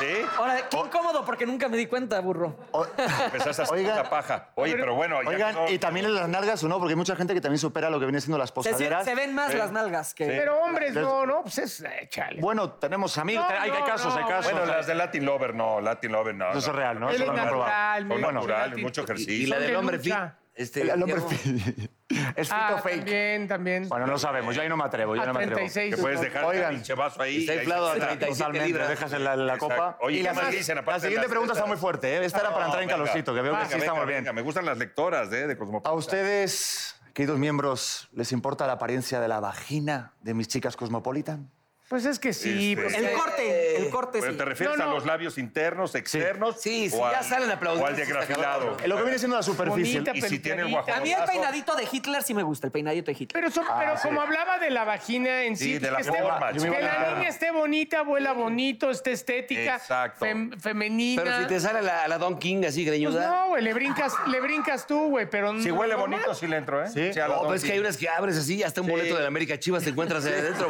Speaker 2: Sí,
Speaker 1: Ahora, qué incómodo porque nunca me di cuenta, burro.
Speaker 5: O-
Speaker 2: empezaste a hacer
Speaker 5: Oigan.
Speaker 2: la paja. Oye, pero bueno. ya
Speaker 5: Oigan,
Speaker 2: quedó-
Speaker 5: y también en las nalgas, ¿o no? Porque hay mucha gente que también supera lo que viene siendo las
Speaker 1: Se,
Speaker 5: posaderas.
Speaker 1: se ven más las nalgas que...
Speaker 4: Pero hombres, no, no, pues es... eh, chale.
Speaker 5: Bueno, tenemos amigos,
Speaker 4: No,
Speaker 5: hay, hay
Speaker 4: no,
Speaker 5: casos,
Speaker 4: no,
Speaker 5: hay casos.
Speaker 2: Bueno, las de Latin Lover, no, Latin Lover, no.
Speaker 5: Eso es real, ¿no?
Speaker 4: Él
Speaker 5: Eso
Speaker 4: es
Speaker 5: lo han
Speaker 4: natural,
Speaker 5: comprobado.
Speaker 2: Son
Speaker 4: mira,
Speaker 2: naturales,
Speaker 4: Latin-
Speaker 2: mucho
Speaker 3: Y,
Speaker 2: ejercicio.
Speaker 3: la
Speaker 4: Son
Speaker 3: del
Speaker 4: de
Speaker 3: hombre fit.
Speaker 4: lucha.
Speaker 3: Este,
Speaker 5: El, el hombre
Speaker 3: Diego,
Speaker 5: es fit
Speaker 4: Ah,
Speaker 5: o fake.
Speaker 4: también, también.
Speaker 5: Bueno, no sabemos, yo ahí no me atrevo, yo
Speaker 4: a
Speaker 5: no me atrevo.
Speaker 4: 36.
Speaker 2: Que puedes dejar
Speaker 5: Oigan.
Speaker 2: el pinche vaso ahí.
Speaker 3: Está
Speaker 2: y ahí
Speaker 3: inflado
Speaker 2: se
Speaker 3: a
Speaker 2: queda.
Speaker 3: 37
Speaker 5: Totalmente,
Speaker 3: libras.
Speaker 5: dejas la, la
Speaker 2: Exacto.
Speaker 5: copa.
Speaker 2: Oye, ¿qué
Speaker 5: la,
Speaker 2: más dicen aparte
Speaker 5: la
Speaker 2: de
Speaker 5: siguiente
Speaker 2: las
Speaker 5: pregunta está
Speaker 2: tetas?
Speaker 5: muy fuerte, ¿eh? Esta era para
Speaker 2: No,
Speaker 5: entrar en
Speaker 2: venga.
Speaker 5: calorcito, que veo que
Speaker 2: Venga,
Speaker 5: sí
Speaker 2: venga,
Speaker 5: estamos
Speaker 2: venga,
Speaker 5: bien.
Speaker 2: Me gustan las lectoras eh, de
Speaker 5: A
Speaker 2: Cosmopolitan.
Speaker 5: ustedes, queridos miembros, ¿les importa la apariencia de la vagina de mis chicas Cosmopolitan?
Speaker 4: Pues es que sí.
Speaker 2: Este,
Speaker 4: pues,
Speaker 1: El
Speaker 4: eh,
Speaker 1: corte, el corte
Speaker 2: Pero
Speaker 1: sí.
Speaker 2: ¿Te refieres
Speaker 4: No,
Speaker 2: a
Speaker 4: no.
Speaker 2: los labios internos, externos?
Speaker 3: Sí, sí,
Speaker 2: o
Speaker 3: ya
Speaker 2: al-
Speaker 3: salen aplaudidos,
Speaker 2: O al
Speaker 3: está
Speaker 2: desgrafilado.
Speaker 3: cabrón.
Speaker 5: Eh, Lo que viene siendo la superficie.
Speaker 4: Bonita.
Speaker 2: Y si tiene el
Speaker 1: A mí el
Speaker 2: guajolotazo.
Speaker 1: peinadito de Hitler sí me gusta, el peinadito de Hitler.
Speaker 4: Pero, son- pero como hablaba de la vagina en sí,
Speaker 2: Ah, Sí, de la
Speaker 4: que, esté-
Speaker 2: forma,
Speaker 4: que
Speaker 5: yo me iba a
Speaker 4: la
Speaker 5: quedar.
Speaker 4: niña esté bonita, vuela bonito, esté estética,
Speaker 2: Exacto.
Speaker 4: fem- femenina.
Speaker 3: Pero si te sale la, la Don King así,
Speaker 4: Pues
Speaker 3: greñuda.
Speaker 4: no, güey, le brincas, le brincas tú, güey, pero
Speaker 2: Si huele
Speaker 4: normal.
Speaker 2: bonito, sí le entro, ¿eh?
Speaker 5: Sí.
Speaker 2: a la
Speaker 3: No, pero
Speaker 2: Don
Speaker 3: es que hay
Speaker 2: King.
Speaker 3: unas que abres así, hasta un boleto de la América Chivas te encuentras ahí adentro.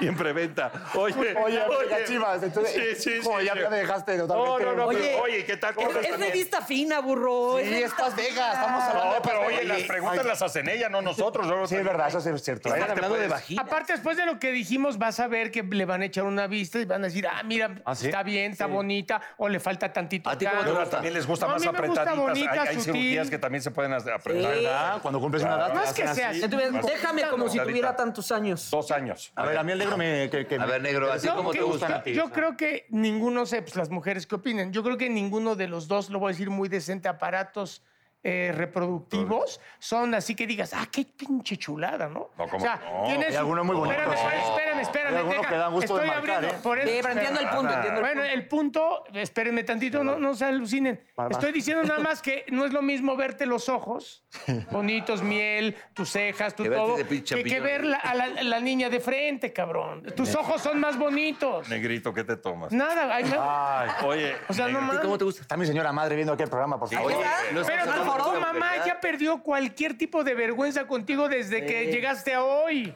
Speaker 2: Y en preventa. Oye,
Speaker 5: Oye, oye, chivas, entonces,
Speaker 2: Sí, sí,
Speaker 5: Joder,
Speaker 2: sí,
Speaker 5: ya
Speaker 2: sí.
Speaker 5: ya me dejaste
Speaker 2: No,
Speaker 5: totalmente.
Speaker 2: no, no.
Speaker 1: Oye,
Speaker 2: Oye, oye ¿qué tal? ¿Cómo
Speaker 1: Es,
Speaker 2: ves
Speaker 1: es
Speaker 2: también?
Speaker 1: revista fina, burro.
Speaker 5: Sí, es Las Vegas, estamos hablando
Speaker 2: No,
Speaker 5: de
Speaker 2: pero oye,
Speaker 5: Oye,
Speaker 2: las preguntas las hacen ella, no nosotros. luego
Speaker 5: Sí, es
Speaker 2: también-
Speaker 5: verdad, eso sí es cierto.
Speaker 3: Están
Speaker 5: ¿eh?
Speaker 3: hablando de
Speaker 2: puedes-
Speaker 3: vagina.
Speaker 4: Aparte, después de lo que dijimos, vas a ver que le van a echar una vista y van a decir, ah, mira,
Speaker 5: ¿Ah, sí?
Speaker 4: está bien, está bonita, o le falta tantito.
Speaker 3: ¿A ti
Speaker 4: acá.
Speaker 3: cómo te
Speaker 2: Ahora
Speaker 3: gusta?
Speaker 2: También les gusta
Speaker 4: No, a
Speaker 2: más
Speaker 4: mí me gusta
Speaker 2: apretaditas.
Speaker 4: bonita,
Speaker 2: hay hay
Speaker 4: sutil.
Speaker 2: cirugías que también se pueden hacer- apretar.
Speaker 5: Ah, Cuando cumples una edad.
Speaker 4: No
Speaker 5: te
Speaker 4: es que
Speaker 5: hacen
Speaker 4: sea así.
Speaker 5: así.
Speaker 1: Entonces, déjame como si
Speaker 2: Montadita.
Speaker 1: tuviera tantos años.
Speaker 2: Dos años.
Speaker 5: A ver, a mí el negro me. que- que
Speaker 3: A
Speaker 5: me-
Speaker 3: ver, negro, así
Speaker 4: No,
Speaker 3: como
Speaker 4: que
Speaker 3: te gustan a ti.
Speaker 4: Yo creo que ninguno, sé, pues las mujeres que opinen, yo creo que ninguno de los dos, lo voy a decir muy decente, aparatos eh, reproductivos, son así que digas, ah, qué pinche chulada, ¿no?
Speaker 2: No, ¿cómo
Speaker 4: o sea,
Speaker 2: no?
Speaker 4: tienes
Speaker 5: Hay algunos muy bonitos.
Speaker 4: Espérame, espérame, espérame, espérame,
Speaker 5: Hay algunos
Speaker 4: deja,
Speaker 5: que dan gusto de
Speaker 4: estoy
Speaker 5: marcar,
Speaker 4: abriendo,
Speaker 5: ¿eh?
Speaker 4: por eso.
Speaker 1: Sí, pero entiendo el punto, entiendo el
Speaker 4: Bueno,
Speaker 1: punto.
Speaker 4: el punto, espérenme tantito, no, no se alucinen.
Speaker 5: Va, va.
Speaker 4: Estoy diciendo nada más que no es lo mismo verte los ojos, bonitos, miel, tus cejas, tu
Speaker 3: Que verte
Speaker 4: todo,
Speaker 3: de
Speaker 4: que,
Speaker 3: pinche
Speaker 4: que
Speaker 3: champiñón.
Speaker 4: ver la- a la, la niña de frente, cabrón. Tus ojos son más bonitos.
Speaker 2: Negrito, ¿qué te tomas?
Speaker 4: Nada, ay, me-
Speaker 5: Ay.
Speaker 2: Oye,
Speaker 4: o sea, no
Speaker 2: negro,
Speaker 4: mames.
Speaker 3: ¿Cómo te gusta?
Speaker 5: Está mi señora madre viendo aquí el programa, por favor.
Speaker 1: Ahí está.
Speaker 3: no
Speaker 1: Pero no
Speaker 3: estamos
Speaker 4: Tu
Speaker 1: mejoró.
Speaker 4: mamá ya perdió cualquier tipo de vergüenza contigo desde que llegaste a hoy.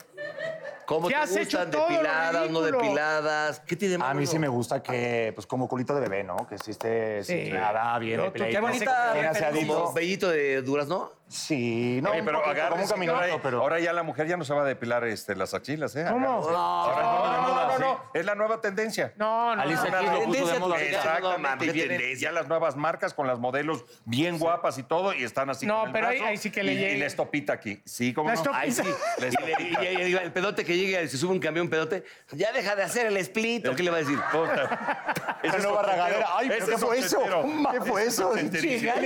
Speaker 3: ¿Cómo
Speaker 4: Ya
Speaker 3: te
Speaker 4: has hecho
Speaker 3: gustan?
Speaker 4: todo lo
Speaker 3: ¿Depiladas, no
Speaker 4: ridículo.
Speaker 3: depiladas? ¿Qué tiene de
Speaker 5: A mí
Speaker 3: malo?
Speaker 5: sí me gusta que, pues como culito de bebé, ¿no? Que sí esté ciclada, bien
Speaker 4: Yo, tú,
Speaker 5: depiladita,
Speaker 1: qué bonita
Speaker 5: bien
Speaker 1: referencia.
Speaker 5: aseadito.
Speaker 3: Como bellito de durazno.
Speaker 5: Sí, no,
Speaker 2: Oye,
Speaker 5: un
Speaker 2: pero
Speaker 5: poquito,
Speaker 2: agárrense,
Speaker 5: como un
Speaker 2: que ahora-
Speaker 5: caminito, pero...
Speaker 2: Ahora ya la mujer ya no se va a depilar este, las axilas, ¿eh?
Speaker 4: ¿Cómo?
Speaker 2: Agárrense. Ahora no,
Speaker 5: Ah,
Speaker 2: no, no, no, no, Es la nueva tendencia.
Speaker 4: No, no.
Speaker 5: Alicia
Speaker 4: no.
Speaker 5: Keys lo puso de
Speaker 1: tendencia
Speaker 5: moda.
Speaker 1: que-
Speaker 3: No, mames,
Speaker 2: Exactamente. y
Speaker 3: qué
Speaker 2: vienen
Speaker 3: tendencia.
Speaker 2: ya las nuevas marcas con las modelos bien guapas y todo, y están así.
Speaker 4: No,
Speaker 2: con el
Speaker 4: pero ahí-
Speaker 2: brazo
Speaker 4: ahí sí que le
Speaker 2: y-
Speaker 4: llega.
Speaker 2: Y la estopita aquí. Sí, como
Speaker 4: La
Speaker 2: no.
Speaker 4: estopita.
Speaker 3: Ahí sí.
Speaker 2: La
Speaker 3: Y, le- y-
Speaker 2: estopita.
Speaker 3: y- y- el pedote que llegue, si sube un camión pedote, ya deja de hacer el split. ¿O qué le va a decir?
Speaker 2: Puta. Ese
Speaker 5: Esa
Speaker 2: es
Speaker 5: nueva
Speaker 2: ochentero.
Speaker 5: regadera. Ay, pero
Speaker 2: Ese
Speaker 5: ¿qué
Speaker 2: es
Speaker 5: fue eso?
Speaker 2: ochentero.
Speaker 5: ¿Qué fue eso? Llegar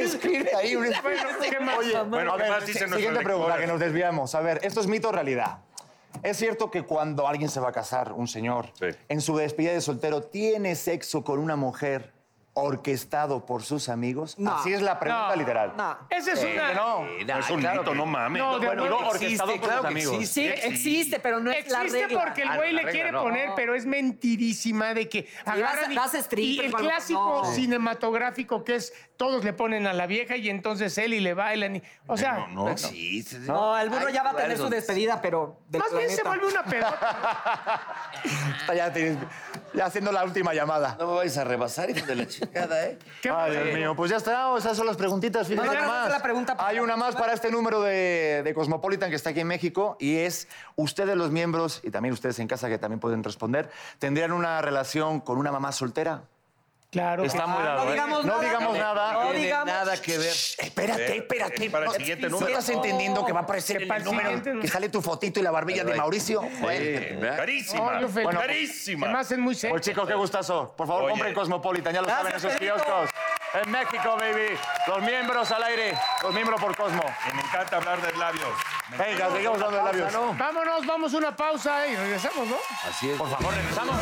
Speaker 5: ahí. un-
Speaker 4: ¿qué más?
Speaker 5: Oye,
Speaker 2: Bueno,
Speaker 5: a
Speaker 2: ¿qué
Speaker 5: ver,
Speaker 2: más dice
Speaker 5: si-
Speaker 2: nuestro
Speaker 5: siguiente
Speaker 2: lector?
Speaker 5: pregunta, que nos desviamos. A ver, ¿esto es mito o realidad? ¿Es cierto que cuando alguien se va a casar, un señor,
Speaker 2: Sí.
Speaker 5: en su despedida de soltero, tiene sexo con una mujer orquestado por sus amigos?
Speaker 1: No.
Speaker 5: Así es la pregunta
Speaker 4: No,
Speaker 5: literal.
Speaker 1: no.
Speaker 4: Esa
Speaker 2: eh,
Speaker 4: es una...
Speaker 5: No.
Speaker 3: Nah,
Speaker 2: Es un
Speaker 3: claro
Speaker 2: mito,
Speaker 3: que-
Speaker 2: no mames.
Speaker 4: No, de
Speaker 3: Bueno,
Speaker 4: acuerdo.
Speaker 3: no, existe,
Speaker 5: Orquestado por
Speaker 3: claro
Speaker 5: sus
Speaker 3: que
Speaker 5: amigos.
Speaker 3: existe.
Speaker 1: Sí, existe, pero no es la regla.
Speaker 4: Existe porque el
Speaker 3: Ah,
Speaker 4: güey
Speaker 3: la
Speaker 4: le
Speaker 3: regla,
Speaker 4: quiere
Speaker 3: no.
Speaker 4: poner, pero es mentirísima de que agarran
Speaker 1: vas-
Speaker 4: y-
Speaker 1: vas a stripper
Speaker 4: y el
Speaker 1: o algo,
Speaker 4: clásico
Speaker 1: no.
Speaker 4: cinematográfico que es todos le ponen a la vieja y entonces él y le bailan. y- o sea,
Speaker 2: No, no,
Speaker 3: No
Speaker 2: no.
Speaker 3: existe.
Speaker 1: No, el burro
Speaker 3: Hay
Speaker 1: ya va a tener
Speaker 3: lugares
Speaker 1: su
Speaker 3: donde-
Speaker 1: despedida, pero del
Speaker 4: más bien se
Speaker 1: planeta.
Speaker 4: vuelve una pedota.
Speaker 5: Está Ah, Ya, te- ya haciendo la última llamada.
Speaker 3: No me vayas a rebasar, hijo de la chingada, ¿eh?
Speaker 4: ¿Qué
Speaker 5: Ay, Dios
Speaker 4: pasa?
Speaker 5: mío, pues ya está, o esas son las preguntitas. fíjate
Speaker 1: No, no,
Speaker 5: nada
Speaker 1: no,
Speaker 5: más.
Speaker 1: esa es la pregunta.
Speaker 5: Hay una más para este número de, de Cosmopolitan que está aquí en México y es, ustedes los miembros, y también ustedes en casa que también pueden responder, ¿tendrían una relación con una mamá soltera?
Speaker 4: Claro.
Speaker 5: Está muy
Speaker 1: Ah, No
Speaker 5: raro, ¿eh?
Speaker 1: digamos
Speaker 5: No
Speaker 1: nada.
Speaker 5: digamos nada.
Speaker 1: No
Speaker 3: tiene
Speaker 1: digamos.
Speaker 3: nada que ver.
Speaker 5: Espérate, espérate.
Speaker 2: es para el
Speaker 5: No-
Speaker 2: siguiente
Speaker 5: ¿No
Speaker 2: número.
Speaker 5: estás entendiendo que va a aparecer
Speaker 4: Que
Speaker 5: en
Speaker 4: para
Speaker 5: el
Speaker 4: el
Speaker 5: número
Speaker 4: siguiente, ¿no?
Speaker 5: que sale tu fotito y la barbilla de Mauricio? Joder.
Speaker 2: Eh, Carísima.
Speaker 4: No, yo feliz.
Speaker 2: Bueno,
Speaker 4: Se me
Speaker 2: carísima.
Speaker 4: hacen muy
Speaker 5: Pues
Speaker 4: serios.
Speaker 5: chicos, qué gustazo. Por favor,
Speaker 2: Oye.
Speaker 5: compren Cosmopolitan, ya lo
Speaker 1: Gracias,
Speaker 5: saben, esos
Speaker 1: Pedrito.
Speaker 5: kioscos. En México, baby. Los miembros al aire. Los miembros por Cosmo.
Speaker 2: Y me encanta hablar de labios.
Speaker 5: Venga, seguimos dando labios.
Speaker 4: Vámonos, vamos una pausa y regresamos, ¿no?
Speaker 3: Así es.
Speaker 5: Por favor, regresamos.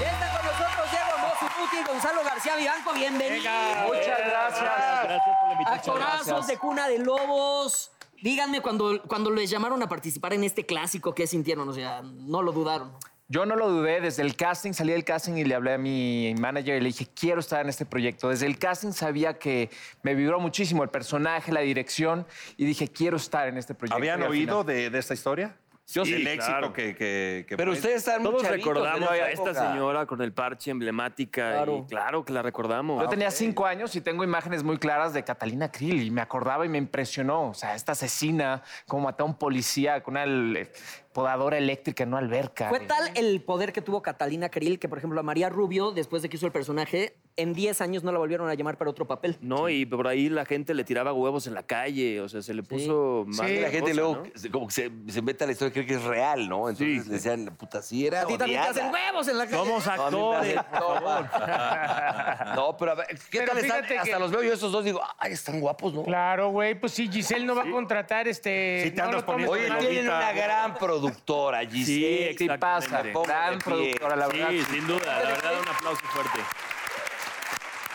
Speaker 1: Ya está con nosotros Diego Hermoso Putin, Gonzalo García Vivanco, bienvenido.
Speaker 5: Muchas gracias.
Speaker 1: Actorazos de Cuna de Lobos. Díganme cuando, cuando les llamaron a participar en este clásico, ¿qué sintieron? O sea, no lo dudaron.
Speaker 6: Yo no lo dudé, desde el casting salí del casting y le hablé a mi manager y le dije, quiero estar en este proyecto. Desde el casting sabía que me vibró muchísimo el personaje, la dirección y dije, quiero estar en este proyecto.
Speaker 2: ¿Habían
Speaker 6: Y al
Speaker 2: oído
Speaker 6: final-
Speaker 2: de, de esta historia?
Speaker 7: Yo sí,
Speaker 2: El éxito
Speaker 7: claro.
Speaker 2: que, que, que
Speaker 3: Pero
Speaker 2: fue.
Speaker 3: ustedes están muy
Speaker 7: Pues, Todos
Speaker 3: chavitos de
Speaker 7: recordamos
Speaker 3: la
Speaker 7: a esta
Speaker 3: época.
Speaker 7: señora con el parche emblemática
Speaker 3: Claro.
Speaker 7: y claro que la recordamos.
Speaker 6: Yo tenía cinco años y tengo imágenes muy claras de Catalina Krill y me acordaba y me impresionó. O sea, esta asesina, cómo mató a un policía con una eh, podadora eléctrica en una alberca.
Speaker 1: Fue tal el poder que tuvo Catalina Krill que, por ejemplo, a María Rubio, después de que hizo el personaje, en 10 años no la volvieron a llamar para otro papel.
Speaker 7: No, y por ahí la gente le tiraba huevos en la calle, o sea, se le puso mal
Speaker 4: Sí,
Speaker 3: La gente
Speaker 7: cosa,
Speaker 3: luego
Speaker 7: ¿no?
Speaker 3: se- como que se, se mete a la historia y cree que es real, ¿no? Entonces le decían, la puta, sí era
Speaker 1: A ti también te
Speaker 3: odiada.
Speaker 1: hacen huevos en la calle.
Speaker 7: Somos
Speaker 3: No, a mí me hacen-
Speaker 7: actores.
Speaker 3: No, pero a ver, ¿qué
Speaker 4: Pero
Speaker 3: tal están?
Speaker 4: fíjate
Speaker 3: Hasta
Speaker 4: que-
Speaker 3: los veo yo esos dos digo, ay, están guapos, ¿no?
Speaker 4: Claro, güey, pues si Giselle no va a contratar este...
Speaker 2: Sí, te
Speaker 4: no
Speaker 2: andas
Speaker 4: lo tomes
Speaker 2: poniendo
Speaker 3: Oye,
Speaker 4: mal.
Speaker 2: Lolita.
Speaker 3: tienen una gran productora, Giselle.
Speaker 6: Sí pasa,
Speaker 7: exactamente.
Speaker 6: gran productora, la verdad.
Speaker 7: Sí, sin duda, la verdad, un aplauso fuerte.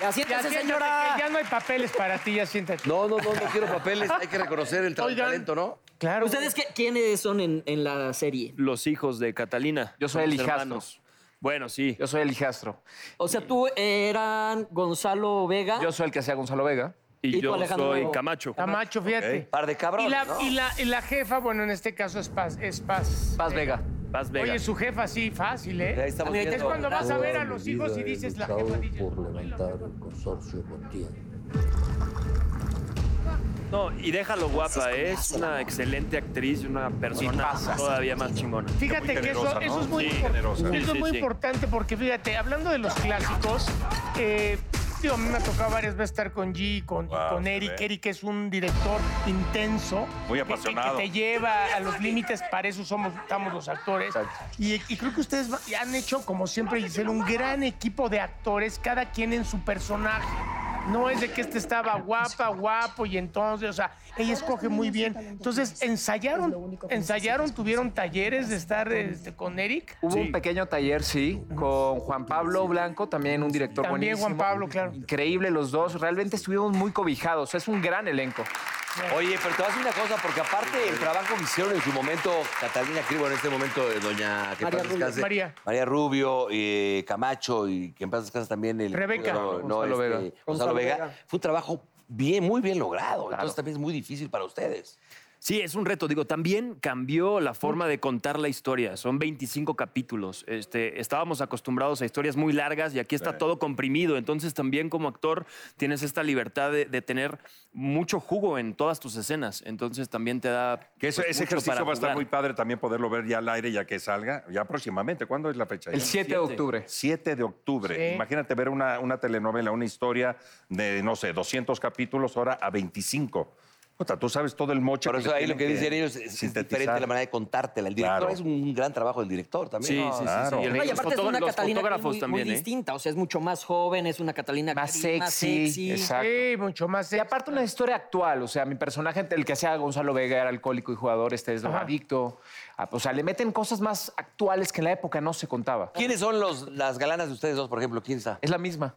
Speaker 1: Así
Speaker 4: Ya
Speaker 1: entonces,
Speaker 4: siéntate,
Speaker 1: señora.
Speaker 4: que ya no hay papeles para ti, ya siéntate.
Speaker 3: No, no, no, no quiero papeles. Hay que reconocer el tra-
Speaker 4: Oigan.
Speaker 3: talento, ¿no?
Speaker 4: Claro.
Speaker 1: ¿Ustedes qué- quiénes son en, en la serie?
Speaker 7: Los hijos de Catalina.
Speaker 6: Yo soy el
Speaker 7: Somos
Speaker 6: hijastro.
Speaker 7: hermanos. Bueno, sí.
Speaker 6: Yo soy el hijastro.
Speaker 1: O sea, tú eran Gonzalo Vega.
Speaker 6: Yo soy el que hacía Gonzalo Vega.
Speaker 7: Y,
Speaker 1: ¿Y tú,
Speaker 7: yo
Speaker 1: Alejandro?
Speaker 7: soy Camacho.
Speaker 4: Camacho, fíjate.
Speaker 3: Par de
Speaker 4: Y
Speaker 3: cabrones,
Speaker 4: la,
Speaker 3: ¿no?
Speaker 4: y, la, y la jefa, bueno, en este caso es Paz. Es Paz.
Speaker 6: Paz
Speaker 4: Eh,
Speaker 6: Vega.
Speaker 7: Paz Vega.
Speaker 4: Oye, su jefa sí, fácil, ¿eh?
Speaker 3: Ahí estamos
Speaker 4: Es
Speaker 3: viendo.
Speaker 4: cuando vas a ver a los hijos y dices, la jefa dice...
Speaker 8: por levantar el consorcio contigo.
Speaker 7: No, y déjalo guapa, ¿eh? es una excelente actriz y una persona todavía más chingona.
Speaker 4: Fíjate que eso,
Speaker 2: generosa,
Speaker 4: eso
Speaker 2: ¿no?
Speaker 4: es muy,
Speaker 2: Sí,
Speaker 4: impor-
Speaker 2: generosa.
Speaker 4: eso es
Speaker 7: Sí,
Speaker 4: muy
Speaker 7: sí.
Speaker 4: importante porque fíjate, hablando de los clásicos, eh, digo, a mí me ha tocado varias veces estar con G, y con, y
Speaker 2: Wow,
Speaker 4: con
Speaker 2: se
Speaker 4: Eric.
Speaker 2: ve.
Speaker 4: Eric es un director intenso.
Speaker 2: Muy
Speaker 4: que te-
Speaker 2: apasionado.
Speaker 4: Que, te lleva a los límites, para eso somos, estamos los actores. Y, y creo que ustedes va- han hecho, como siempre, Giselle, un gran equipo de actores, cada quien en su personaje. No es de que este estaba guapa, guapo y entonces, o sea, ella escoge muy bien. Entonces, ensayaron, ensayaron, tuvieron talleres de estar este, con Eric.
Speaker 6: Hubo un pequeño taller, sí, con Juan Pablo Blanco, también un director
Speaker 4: También
Speaker 6: buenísimo.
Speaker 4: Juan Pablo, claro.
Speaker 6: Increíble los dos, realmente estuvimos muy cobijados, es un gran elenco.
Speaker 3: Oye, pero te vas a decir una cosa, porque aparte el trabajo que hicieron en su momento Catalina Cribo, en este momento eh, doña... que
Speaker 1: María
Speaker 3: en paz
Speaker 1: Rubio.
Speaker 3: descanse,
Speaker 4: María.
Speaker 3: María Rubio, eh, Camacho y que en paz descanse también el...
Speaker 4: Rebeca.
Speaker 3: No, no,
Speaker 6: Gonzalo
Speaker 3: este,
Speaker 6: Vega.
Speaker 3: Gonzalo
Speaker 1: Gonzalo
Speaker 3: Vega.
Speaker 1: Vega.
Speaker 3: Fue un trabajo bien, muy bien logrado.
Speaker 6: Claro.
Speaker 3: Entonces también es muy difícil para ustedes.
Speaker 7: Sí, es un reto. Digo, también cambió la forma de contar la historia. Son 25 capítulos. Este, estábamos acostumbrados a historias muy largas y aquí está todo comprimido. Entonces también como actor tienes esta libertad de, de tener mucho jugo en todas tus escenas. Entonces también te da...
Speaker 2: Que eso-
Speaker 7: pues,
Speaker 2: ese
Speaker 7: mucho
Speaker 2: ejercicio
Speaker 7: para
Speaker 2: va a estar
Speaker 7: jugar.
Speaker 2: muy padre también poderlo ver ya al aire, ya que salga, ya próximamente. ¿Cuándo es la fecha?
Speaker 6: El
Speaker 2: ya?
Speaker 6: 7 de octubre.
Speaker 2: 7 de octubre.
Speaker 4: Sí.
Speaker 2: Imagínate ver una, una telenovela, una historia de, no sé, 200 capítulos, ahora a 25. Puta, tú sabes todo el moche.
Speaker 3: Por
Speaker 2: le
Speaker 3: eso ahí lo
Speaker 2: tienen
Speaker 3: que dicen ellos es, es
Speaker 2: sintetizar.
Speaker 3: diferente la manera de contártela. El director
Speaker 2: Claro.
Speaker 3: es un gran trabajo del director también.
Speaker 7: Sí,
Speaker 3: ¿no?
Speaker 7: sí, sí,
Speaker 2: Claro.
Speaker 7: sí. Y el-
Speaker 1: No, y
Speaker 7: los
Speaker 1: aparte es
Speaker 7: fotó-
Speaker 1: una
Speaker 7: los
Speaker 1: Catalina Krill
Speaker 7: fotógrafos
Speaker 1: muy,
Speaker 7: también,
Speaker 1: muy
Speaker 7: ¿eh?
Speaker 1: distinta, o sea, es mucho más joven, es una Catalina
Speaker 6: Más
Speaker 1: Krill más
Speaker 6: sexy,
Speaker 1: sexy.
Speaker 6: exacto.
Speaker 4: Sí, mucho más.
Speaker 6: Y aparte una historia actual, o sea, mi personaje, el que hacía Gonzalo Vega, era alcohólico y jugador, este es drogadicto. Ah, O sea, le meten cosas más actuales que en la época no se contaba.
Speaker 3: ¿Quiénes son los, las galanas de ustedes dos, por ejemplo? ¿Quién está?
Speaker 6: Es la misma.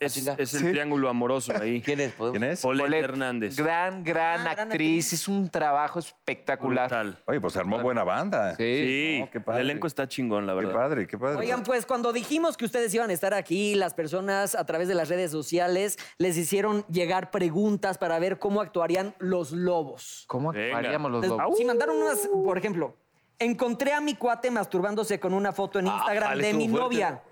Speaker 7: Es, es el triángulo amoroso ahí.
Speaker 3: ¿Quién es? ¿Podemos-
Speaker 2: ¿Quién es?
Speaker 7: Paulette
Speaker 6: Colette,
Speaker 7: Hernández.
Speaker 6: Gran, gran
Speaker 1: Ah,
Speaker 6: actriz.
Speaker 1: gran
Speaker 6: Es un trabajo espectacular.
Speaker 7: Brutal.
Speaker 2: Oye, pues armó buena banda.
Speaker 7: Sí,
Speaker 2: No, qué padre.
Speaker 7: el elenco está chingón, la
Speaker 2: Qué
Speaker 7: verdad.
Speaker 2: padre, qué padre.
Speaker 1: Oigan, pues cuando dijimos que ustedes iban a estar aquí, las personas a través de las redes sociales les hicieron llegar preguntas para ver cómo actuarían los lobos.
Speaker 6: ¿Cómo
Speaker 7: Venga.
Speaker 6: actuaríamos los
Speaker 1: Entonces,
Speaker 6: lobos?
Speaker 1: Si mandaron unas, por ejemplo, encontré a mi cuate masturbándose con una foto en Instagram
Speaker 3: Ah, vale,
Speaker 1: de
Speaker 3: estuvo
Speaker 1: mi
Speaker 3: fuerte.
Speaker 1: novia.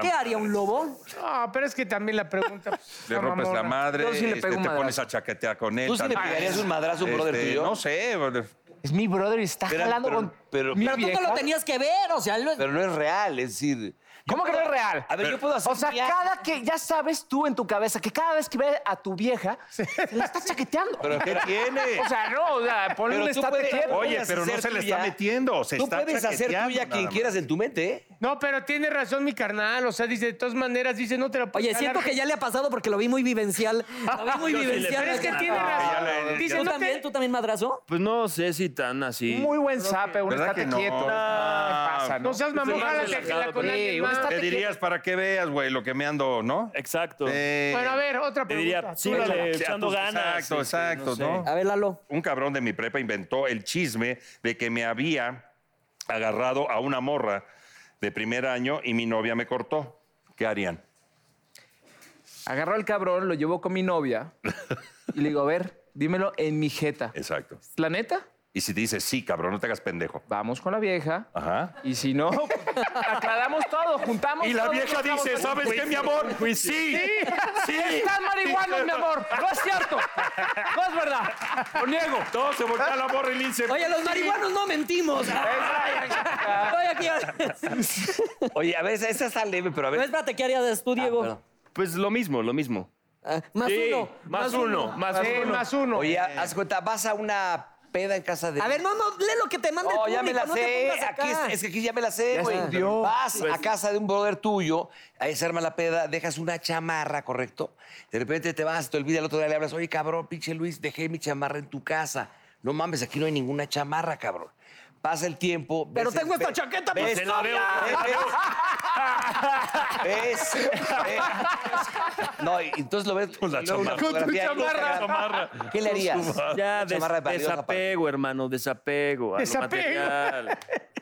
Speaker 1: ¿Qué haría un lobo?
Speaker 4: No, pero es que también la pregunta. pues,
Speaker 2: Le
Speaker 4: está
Speaker 2: rompes la
Speaker 4: mamona.
Speaker 2: madre,
Speaker 6: Yo sí le
Speaker 2: este,
Speaker 6: pego un
Speaker 2: te
Speaker 6: madrazo.
Speaker 2: pones a chaquetear con él.
Speaker 3: ¿Tú sí le
Speaker 2: también. Este,
Speaker 3: pegarías un madrazo a un brother tuyo?
Speaker 2: No sé.
Speaker 6: Es mi brother y está
Speaker 3: Pero-
Speaker 6: jalando
Speaker 3: pero-
Speaker 6: con
Speaker 3: pero-
Speaker 6: mi
Speaker 1: Pero tú te
Speaker 6: vieja.
Speaker 1: lo tenías que ver, o sea, él lo-
Speaker 3: Pero no es real, es decir...
Speaker 6: ¿Cómo que no es real?
Speaker 3: A ver, yo puedo hacer...
Speaker 6: O sea,
Speaker 3: un día-
Speaker 6: cada que ya sabes tú en tu cabeza que cada vez que ve a tu vieja, se la está chaqueteando.
Speaker 3: Pero-
Speaker 2: ¿Qué tiene?
Speaker 6: o sea, no, o sea, ponle
Speaker 3: Pero
Speaker 6: un
Speaker 3: tú
Speaker 6: estate
Speaker 3: puedes-
Speaker 6: quieto.
Speaker 2: Oye,
Speaker 3: puedes
Speaker 2: pero no
Speaker 3: hacer
Speaker 2: se le
Speaker 3: tuya-
Speaker 2: está metiendo. Se
Speaker 3: Tú
Speaker 2: está
Speaker 3: puedes hacer
Speaker 2: chaqueteando
Speaker 3: tuya
Speaker 2: nada
Speaker 3: quien
Speaker 2: más.
Speaker 3: quieras en tu mente, ¿eh?
Speaker 4: No, pero tiene razón mi carnal. O sea, dice, de todas maneras, dice, no te lo puedes
Speaker 1: Oye, siento
Speaker 4: ganar.
Speaker 1: que ya le ha pasado porque lo vi muy vivencial. Lo vi muy
Speaker 7: Yo sí le
Speaker 1: vivencial.
Speaker 4: Pero es que
Speaker 1: Ah,
Speaker 4: tiene
Speaker 2: ya le-
Speaker 4: razón.
Speaker 2: ya-
Speaker 4: Dice,
Speaker 1: ¿Tú
Speaker 4: no
Speaker 1: también?
Speaker 4: te...
Speaker 1: ¿Tú también madrazo?
Speaker 7: Pues no sé si tan así.
Speaker 6: Muy buen zape, un
Speaker 2: ¿Verdad
Speaker 6: estate
Speaker 2: que no?
Speaker 6: quieto.
Speaker 2: No.
Speaker 6: pasa, ¿no?
Speaker 4: No seas mamón,
Speaker 7: Estoy Pues, más
Speaker 4: jálate que la
Speaker 7: relajado,
Speaker 4: con
Speaker 7: pero-
Speaker 4: alguien
Speaker 6: Sí, uno
Speaker 4: más.
Speaker 6: está-
Speaker 2: Te dirías para que veas, güey, lo que me ando, ¿no?
Speaker 7: Exacto.
Speaker 2: Eh,
Speaker 4: Bueno, a ver, otra
Speaker 7: Te
Speaker 4: pregunta.
Speaker 7: diría,
Speaker 4: Tú,
Speaker 7: súbale.
Speaker 4: échala.
Speaker 7: echando ganas,
Speaker 2: pues, Exacto,
Speaker 7: este,
Speaker 2: exacto,
Speaker 7: no sé.
Speaker 2: ¿no?
Speaker 1: A ver, Lalo.
Speaker 2: Un cabrón de mi prepa inventó el chisme de que me había agarrado a una morra de primer año y mi novia me cortó. ¿Qué harían?
Speaker 6: Agarró al cabrón, lo llevó con mi novia y le digo, a ver, dímelo en mi jeta.
Speaker 2: Exacto.
Speaker 6: ¿La neta?
Speaker 2: Y si te dice, sí, cabrón, no te hagas pendejo.
Speaker 6: Vamos con la vieja.
Speaker 2: Ajá.
Speaker 6: Y si no, aclaramos todo, juntamos
Speaker 2: Y la
Speaker 6: todo,
Speaker 2: vieja
Speaker 6: nos quedamos
Speaker 2: dice,
Speaker 6: con-
Speaker 2: ¿sabes qué, mi amor? Sí, sí.
Speaker 6: Están marihuanos, mi amor. No es cierto. No es verdad. Lo niego.
Speaker 2: Todo se voltea la morra y le
Speaker 3: pues,
Speaker 2: dice,
Speaker 1: Oye, los marihuanos no mentimos. Estoy aquí.
Speaker 3: Oye, a ver, esa, esa está leve, pero a
Speaker 1: No,
Speaker 3: ver...
Speaker 1: espérate, ¿qué harías tú, Diego?
Speaker 3: Ah, perdón.
Speaker 7: Pues lo mismo, lo mismo.
Speaker 1: Ah, más
Speaker 7: Sí,
Speaker 1: uno.
Speaker 7: Más, uno, más
Speaker 4: Sí,
Speaker 7: uno.
Speaker 4: más uno.
Speaker 2: Eh.
Speaker 3: Oye, haz cuenta, vas a una peda en casa de...
Speaker 1: A ver, no, no, lee lo que te manda
Speaker 3: No,
Speaker 1: el público.
Speaker 3: Oh, ya me la
Speaker 1: no te
Speaker 3: sé.
Speaker 1: pongas
Speaker 3: Aquí
Speaker 1: acá.
Speaker 3: es, es que aquí ya me la sé,
Speaker 6: Ya
Speaker 3: güey.
Speaker 6: se hundió.
Speaker 3: Vas
Speaker 2: Pues.
Speaker 3: a casa de un brother tuyo, ahí se arma la peda, dejas una chamarra, ¿correcto? De repente te vas, te olvidas, el otro día le hablas, oye, cabrón, pinche Luis, dejé mi chamarra en tu casa. No mames, aquí no hay ninguna chamarra, cabrón. Pasa el tiempo. ves
Speaker 1: Pero
Speaker 3: el
Speaker 1: tengo esta
Speaker 3: pe-
Speaker 1: chaqueta,
Speaker 3: ves-
Speaker 1: pues.
Speaker 7: Se la veo.
Speaker 3: ¿Ves? ves. No, y entonces lo ves.
Speaker 2: la
Speaker 3: y luego una
Speaker 2: chamarra. Con tu
Speaker 3: fotografía, y luego
Speaker 2: chamarra.
Speaker 3: una
Speaker 2: Chamarra.
Speaker 3: ¿Qué le harías?
Speaker 7: Ya,
Speaker 3: Una
Speaker 7: des-
Speaker 3: chamarra valiosa para-
Speaker 7: desapego, hermano, desapego. a lo
Speaker 4: Desapego.
Speaker 7: material.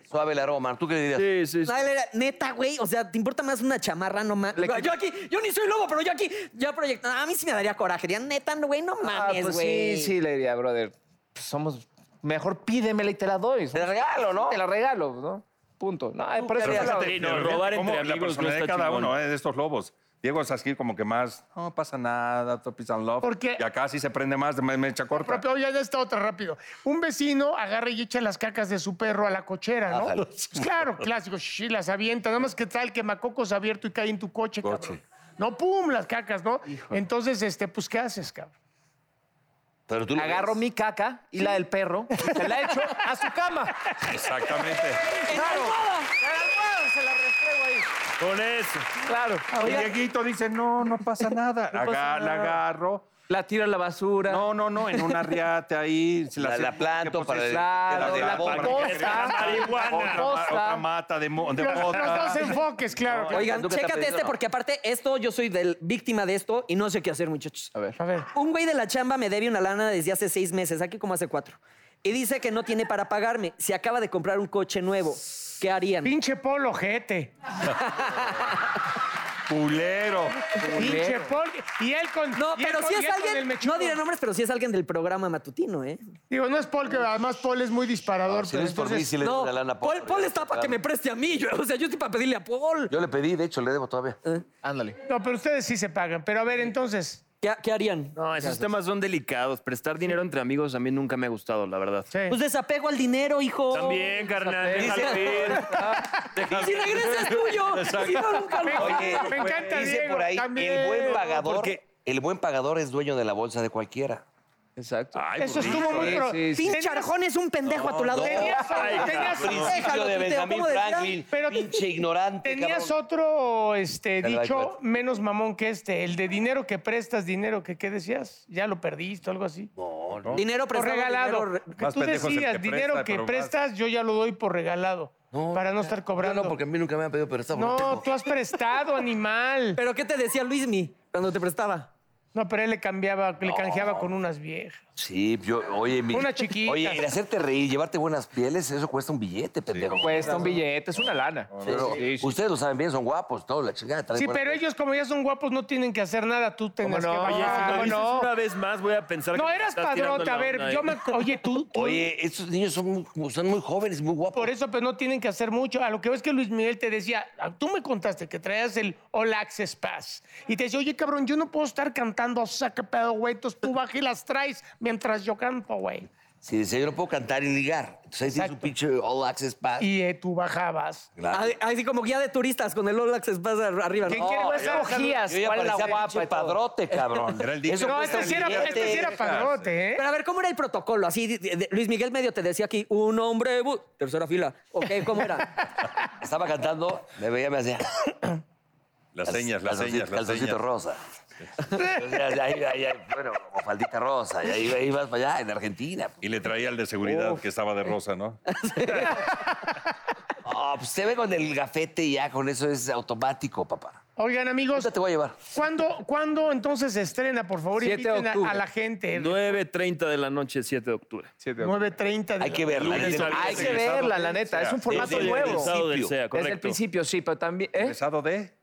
Speaker 3: Suave el aroma. ¿Tú qué le dirías?
Speaker 7: Sí, sí, sí.
Speaker 1: No, él era, Neta, güey, o sea, ¿te importa más una chamarra? No mames. Yo aquí, yo ni soy lobo, pero yo aquí, ya proyecto. A mí sí me daría coraje. Diría, neta, no, güey, no
Speaker 6: Ah,
Speaker 1: mames,
Speaker 6: pues
Speaker 1: güey.
Speaker 6: sí, sí, le diría, brother. pues somos. Mejor pídemela y te la doy.
Speaker 3: Te la regalo, ¿no?
Speaker 6: Te la regalo, ¿no? Punto. No, ay, por eso
Speaker 3: Pero
Speaker 6: te la
Speaker 3: fíjate,
Speaker 6: doy.
Speaker 7: no,
Speaker 2: Pero
Speaker 7: robar
Speaker 2: fíjate
Speaker 7: entre
Speaker 2: cómo la
Speaker 7: amigos no
Speaker 2: personalidad de
Speaker 7: está
Speaker 2: cada
Speaker 7: chingón.
Speaker 2: uno, ¿eh? de estos lobos. Diego es así como que más, no pasa nada, todo peace and love.
Speaker 4: ¿Por qué?
Speaker 2: Y acá sí se prende más, de me, me echa corta.
Speaker 4: Propio, ya, ya está otra rápido. Un vecino agarra y echa las cacas de su perro a la cochera, ¿no?
Speaker 3: Ájale.
Speaker 4: Pues claro, clásico, sí, las avienta. Nada más que tal que macocos abierto y cae en tu coche, cabrón.
Speaker 2: Coche.
Speaker 4: No, pum, las cacas, ¿no? Entonces, este, pues, ¿qué haces, cabrón?
Speaker 3: Pero tú lo
Speaker 6: Agarro
Speaker 3: ves.
Speaker 6: mi caca y la del perro, y se la echo a su cama.
Speaker 2: Exactamente.
Speaker 1: En la almohada.
Speaker 6: Se la restrego ahí.
Speaker 2: Con eso.
Speaker 6: Claro.
Speaker 2: Y Dieguito dice, no, no pasa nada.
Speaker 6: No pasa
Speaker 2: Aga- La
Speaker 6: nada.
Speaker 2: agarro.
Speaker 6: La tiro a la basura.
Speaker 2: No, no, no, en un arriate ahí. se
Speaker 3: La,
Speaker 2: hace-
Speaker 3: la planto
Speaker 2: ¿Qué
Speaker 3: para
Speaker 2: poses?
Speaker 6: Claro,
Speaker 3: que
Speaker 6: la
Speaker 3: la
Speaker 2: Para que
Speaker 3: bomba.
Speaker 6: cocosa.
Speaker 2: crezca la marihuana.
Speaker 6: Otra-
Speaker 2: Otra,
Speaker 6: otra
Speaker 2: mata de, mo- de
Speaker 4: Los, los
Speaker 2: mota.
Speaker 4: dos enfoques, claro. claro.
Speaker 1: Oigan,
Speaker 6: ¿Tú qué te
Speaker 1: chécate
Speaker 6: apellido,
Speaker 1: este
Speaker 6: no?
Speaker 1: porque aparte esto, yo soy del, víctima de esto y no sé qué hacer, muchachos.
Speaker 6: A ver.
Speaker 4: A ver.
Speaker 1: Un güey de la chamba me debe una lana desde hace seis meses, aquí como hace cuatro. Y dice que no tiene para pagarme. Se acaba de comprar un coche nuevo. ¿Qué harían?
Speaker 4: Pinche polo, jete.
Speaker 2: Culero.
Speaker 4: Pinche polo. Y él con.
Speaker 1: No,
Speaker 4: y él
Speaker 1: pero
Speaker 4: con-
Speaker 1: si
Speaker 4: y
Speaker 1: es
Speaker 4: él con el
Speaker 1: alguien.
Speaker 4: mechón.
Speaker 1: No diré nombres, pero si es alguien del programa matutino, ¿eh?
Speaker 4: Digo, no es Paul, que además Paul es muy disparador.
Speaker 3: Si
Speaker 4: pero
Speaker 3: no es por mí,
Speaker 4: entonces-
Speaker 3: si le doy
Speaker 1: No,
Speaker 3: la lana a
Speaker 1: Paul, Paul está para que me
Speaker 3: Claro.
Speaker 1: preste a mí. Yo, o sea, yo estoy para pedirle a Paul.
Speaker 3: Yo le pedí, de hecho, le debo todavía.
Speaker 6: Ándale.
Speaker 4: No, pero ustedes sí se pagan. Pero a ver, entonces.
Speaker 1: ¿Qué, qué harían?
Speaker 7: No, esos temas son delicados. Prestar dinero entre amigos a mí nunca me ha gustado, la verdad.
Speaker 4: Sí.
Speaker 1: Pues desapego al dinero, hijo.
Speaker 7: También, carnal. déjalo ir.
Speaker 1: Si regresa es tuyo. Si no, nunca lo
Speaker 3: Oye,
Speaker 4: Me encanta,
Speaker 3: dice
Speaker 4: Diego,
Speaker 3: por ahí,
Speaker 4: también.
Speaker 3: el buen pagador.
Speaker 7: Porque-
Speaker 3: El buen pagador es dueño de la bolsa de cualquiera.
Speaker 6: Exacto.
Speaker 2: Ay,
Speaker 4: Eso
Speaker 2: burrito,
Speaker 4: estuvo muy.
Speaker 6: Sí,
Speaker 4: pro-
Speaker 6: sí, sí.
Speaker 1: Pinche Arjón es un pendejo a tu lado.
Speaker 4: Tenías, tenías-
Speaker 3: Principio
Speaker 1: Déjalo,
Speaker 3: de
Speaker 1: Tuteo,
Speaker 3: Benjamin
Speaker 1: ¿cómo decía?
Speaker 3: Franklin.
Speaker 4: Pero-
Speaker 3: pinche ignorante.
Speaker 4: tenías
Speaker 3: cabrón.
Speaker 4: otro este,
Speaker 3: Te la doy
Speaker 4: dicho
Speaker 3: cuenta.
Speaker 4: menos mamón que este, el de dinero que prestas, dinero que qué decías, ya lo perdiste, o algo así.
Speaker 1: Dinero
Speaker 4: por
Speaker 1: prestado,
Speaker 4: regalado.
Speaker 1: dinero re-
Speaker 4: Que
Speaker 2: Más
Speaker 4: tú
Speaker 2: pendejo es el
Speaker 4: decías,
Speaker 2: que
Speaker 4: dinero
Speaker 2: presta,
Speaker 4: que
Speaker 2: pero más-
Speaker 4: prestas, yo ya lo doy por regalado.
Speaker 3: No,
Speaker 4: para no estar
Speaker 3: Yo
Speaker 4: cobrando.
Speaker 3: Ah, no, porque a mí nunca me han pedido, pero está
Speaker 4: No,
Speaker 3: bonito.
Speaker 4: tú has prestado, animal.
Speaker 1: ¿Pero qué te decía Luismi cuando te prestaba?
Speaker 4: No, pero él le cambiaba, le canjeaba con unas viejas.
Speaker 3: Sí, yo, oye, mi.
Speaker 4: Una chiquita.
Speaker 3: Oye, el hacerte reír, llevarte buenas pieles, eso cuesta un billete, pendejo.
Speaker 6: Cuesta un billete, es una lana.
Speaker 3: Pero
Speaker 6: Sí, sí.
Speaker 3: Ustedes lo saben bien, son guapos, todo, la chingada. traen
Speaker 4: Sí,
Speaker 3: buena-
Speaker 4: pero ellos como ya son guapos no tienen que hacer nada, tú
Speaker 7: ¿Cómo
Speaker 4: tenías que
Speaker 7: no? Oye,
Speaker 4: bajar.
Speaker 7: si lo
Speaker 4: ¿Cómo
Speaker 7: dices
Speaker 4: no?
Speaker 7: una vez más, voy a pensar
Speaker 4: No,
Speaker 7: que me
Speaker 4: eras
Speaker 7: estás tirando
Speaker 4: padrote, a
Speaker 7: la onda
Speaker 4: ver,
Speaker 7: ahí.
Speaker 4: yo me... Oye, tú... tú-
Speaker 3: Oye, estos niños son muy, son muy jóvenes, muy guapos.
Speaker 4: Por eso, pues no tienen que hacer mucho. A lo que ves que Luis Miguel te decía, ah, tú me contaste que traías el All Access Pass. Y te decía, oye, cabrón, yo no puedo estar cantando, o sea, qué pedo, güey. Entonces tú bajas y las traes mientras yo canto, güey.
Speaker 3: Sí, decía, yo no puedo cantar y ligar. Entonces ahí tienes un
Speaker 4: Exacto.
Speaker 3: pinche all access pass.
Speaker 4: Y eh, tú bajabas.
Speaker 3: Claro.
Speaker 1: Así- Así como guía de turistas con el Olax se pasa arriba.
Speaker 4: ¿Quién
Speaker 1: ¿no?
Speaker 4: quiere más cojías?
Speaker 3: Yo ya
Speaker 4: ¿Cuál es la
Speaker 3: parecía
Speaker 4: guapa
Speaker 3: pinche
Speaker 4: y todo?
Speaker 3: padrote, cabrón.
Speaker 2: Era el dicho.
Speaker 3: Eso
Speaker 4: No,
Speaker 3: cuesta
Speaker 4: este sí era,
Speaker 3: un billete.
Speaker 4: este sí era padrote, ¿eh?
Speaker 1: Pero a ver, ¿cómo era el protocolo? Así, de- de- Luis Miguel medio te decía aquí, un hombre, bu- tercera fila. Ok, ¿cómo era?
Speaker 3: Estaba cantando, me veía, me hacía...
Speaker 2: Las señas, las
Speaker 3: calzoncito-
Speaker 2: señas, las
Speaker 3: Calzoncito
Speaker 2: señas.
Speaker 3: rosa. Entonces, ahí, ahí, ahí, bueno, como faldita rosa. Y ahí, ahí vas para allá, en Argentina.
Speaker 2: Y le traía al de seguridad que estaba de rosa, ¿no?
Speaker 3: Ah, pues te ve con el gafete y ya, con eso es automático, papá.
Speaker 4: Oigan, amigos,
Speaker 3: ¿Dónde te voy a llevar?
Speaker 4: ¿cuándo, ¿cuándo entonces se estrena? Por favor,
Speaker 6: 7 de
Speaker 4: inviten a- a,
Speaker 6: octubre.
Speaker 4: la gente.
Speaker 7: 9.30 de la noche, 7 de octubre.
Speaker 6: Sí, de acuerdo.
Speaker 4: 9.30 de
Speaker 3: Hay que verla.
Speaker 2: Lunes
Speaker 3: Hay que-
Speaker 2: a viernes.
Speaker 6: Hay que verla, la neta. Es un formato
Speaker 3: desde el
Speaker 6: nuevo.
Speaker 3: principio.
Speaker 7: Egresado del SEA,
Speaker 6: Desde el
Speaker 7: correcto.
Speaker 6: principio, sí, pero también. ¿eh?
Speaker 2: ¿Pesado de?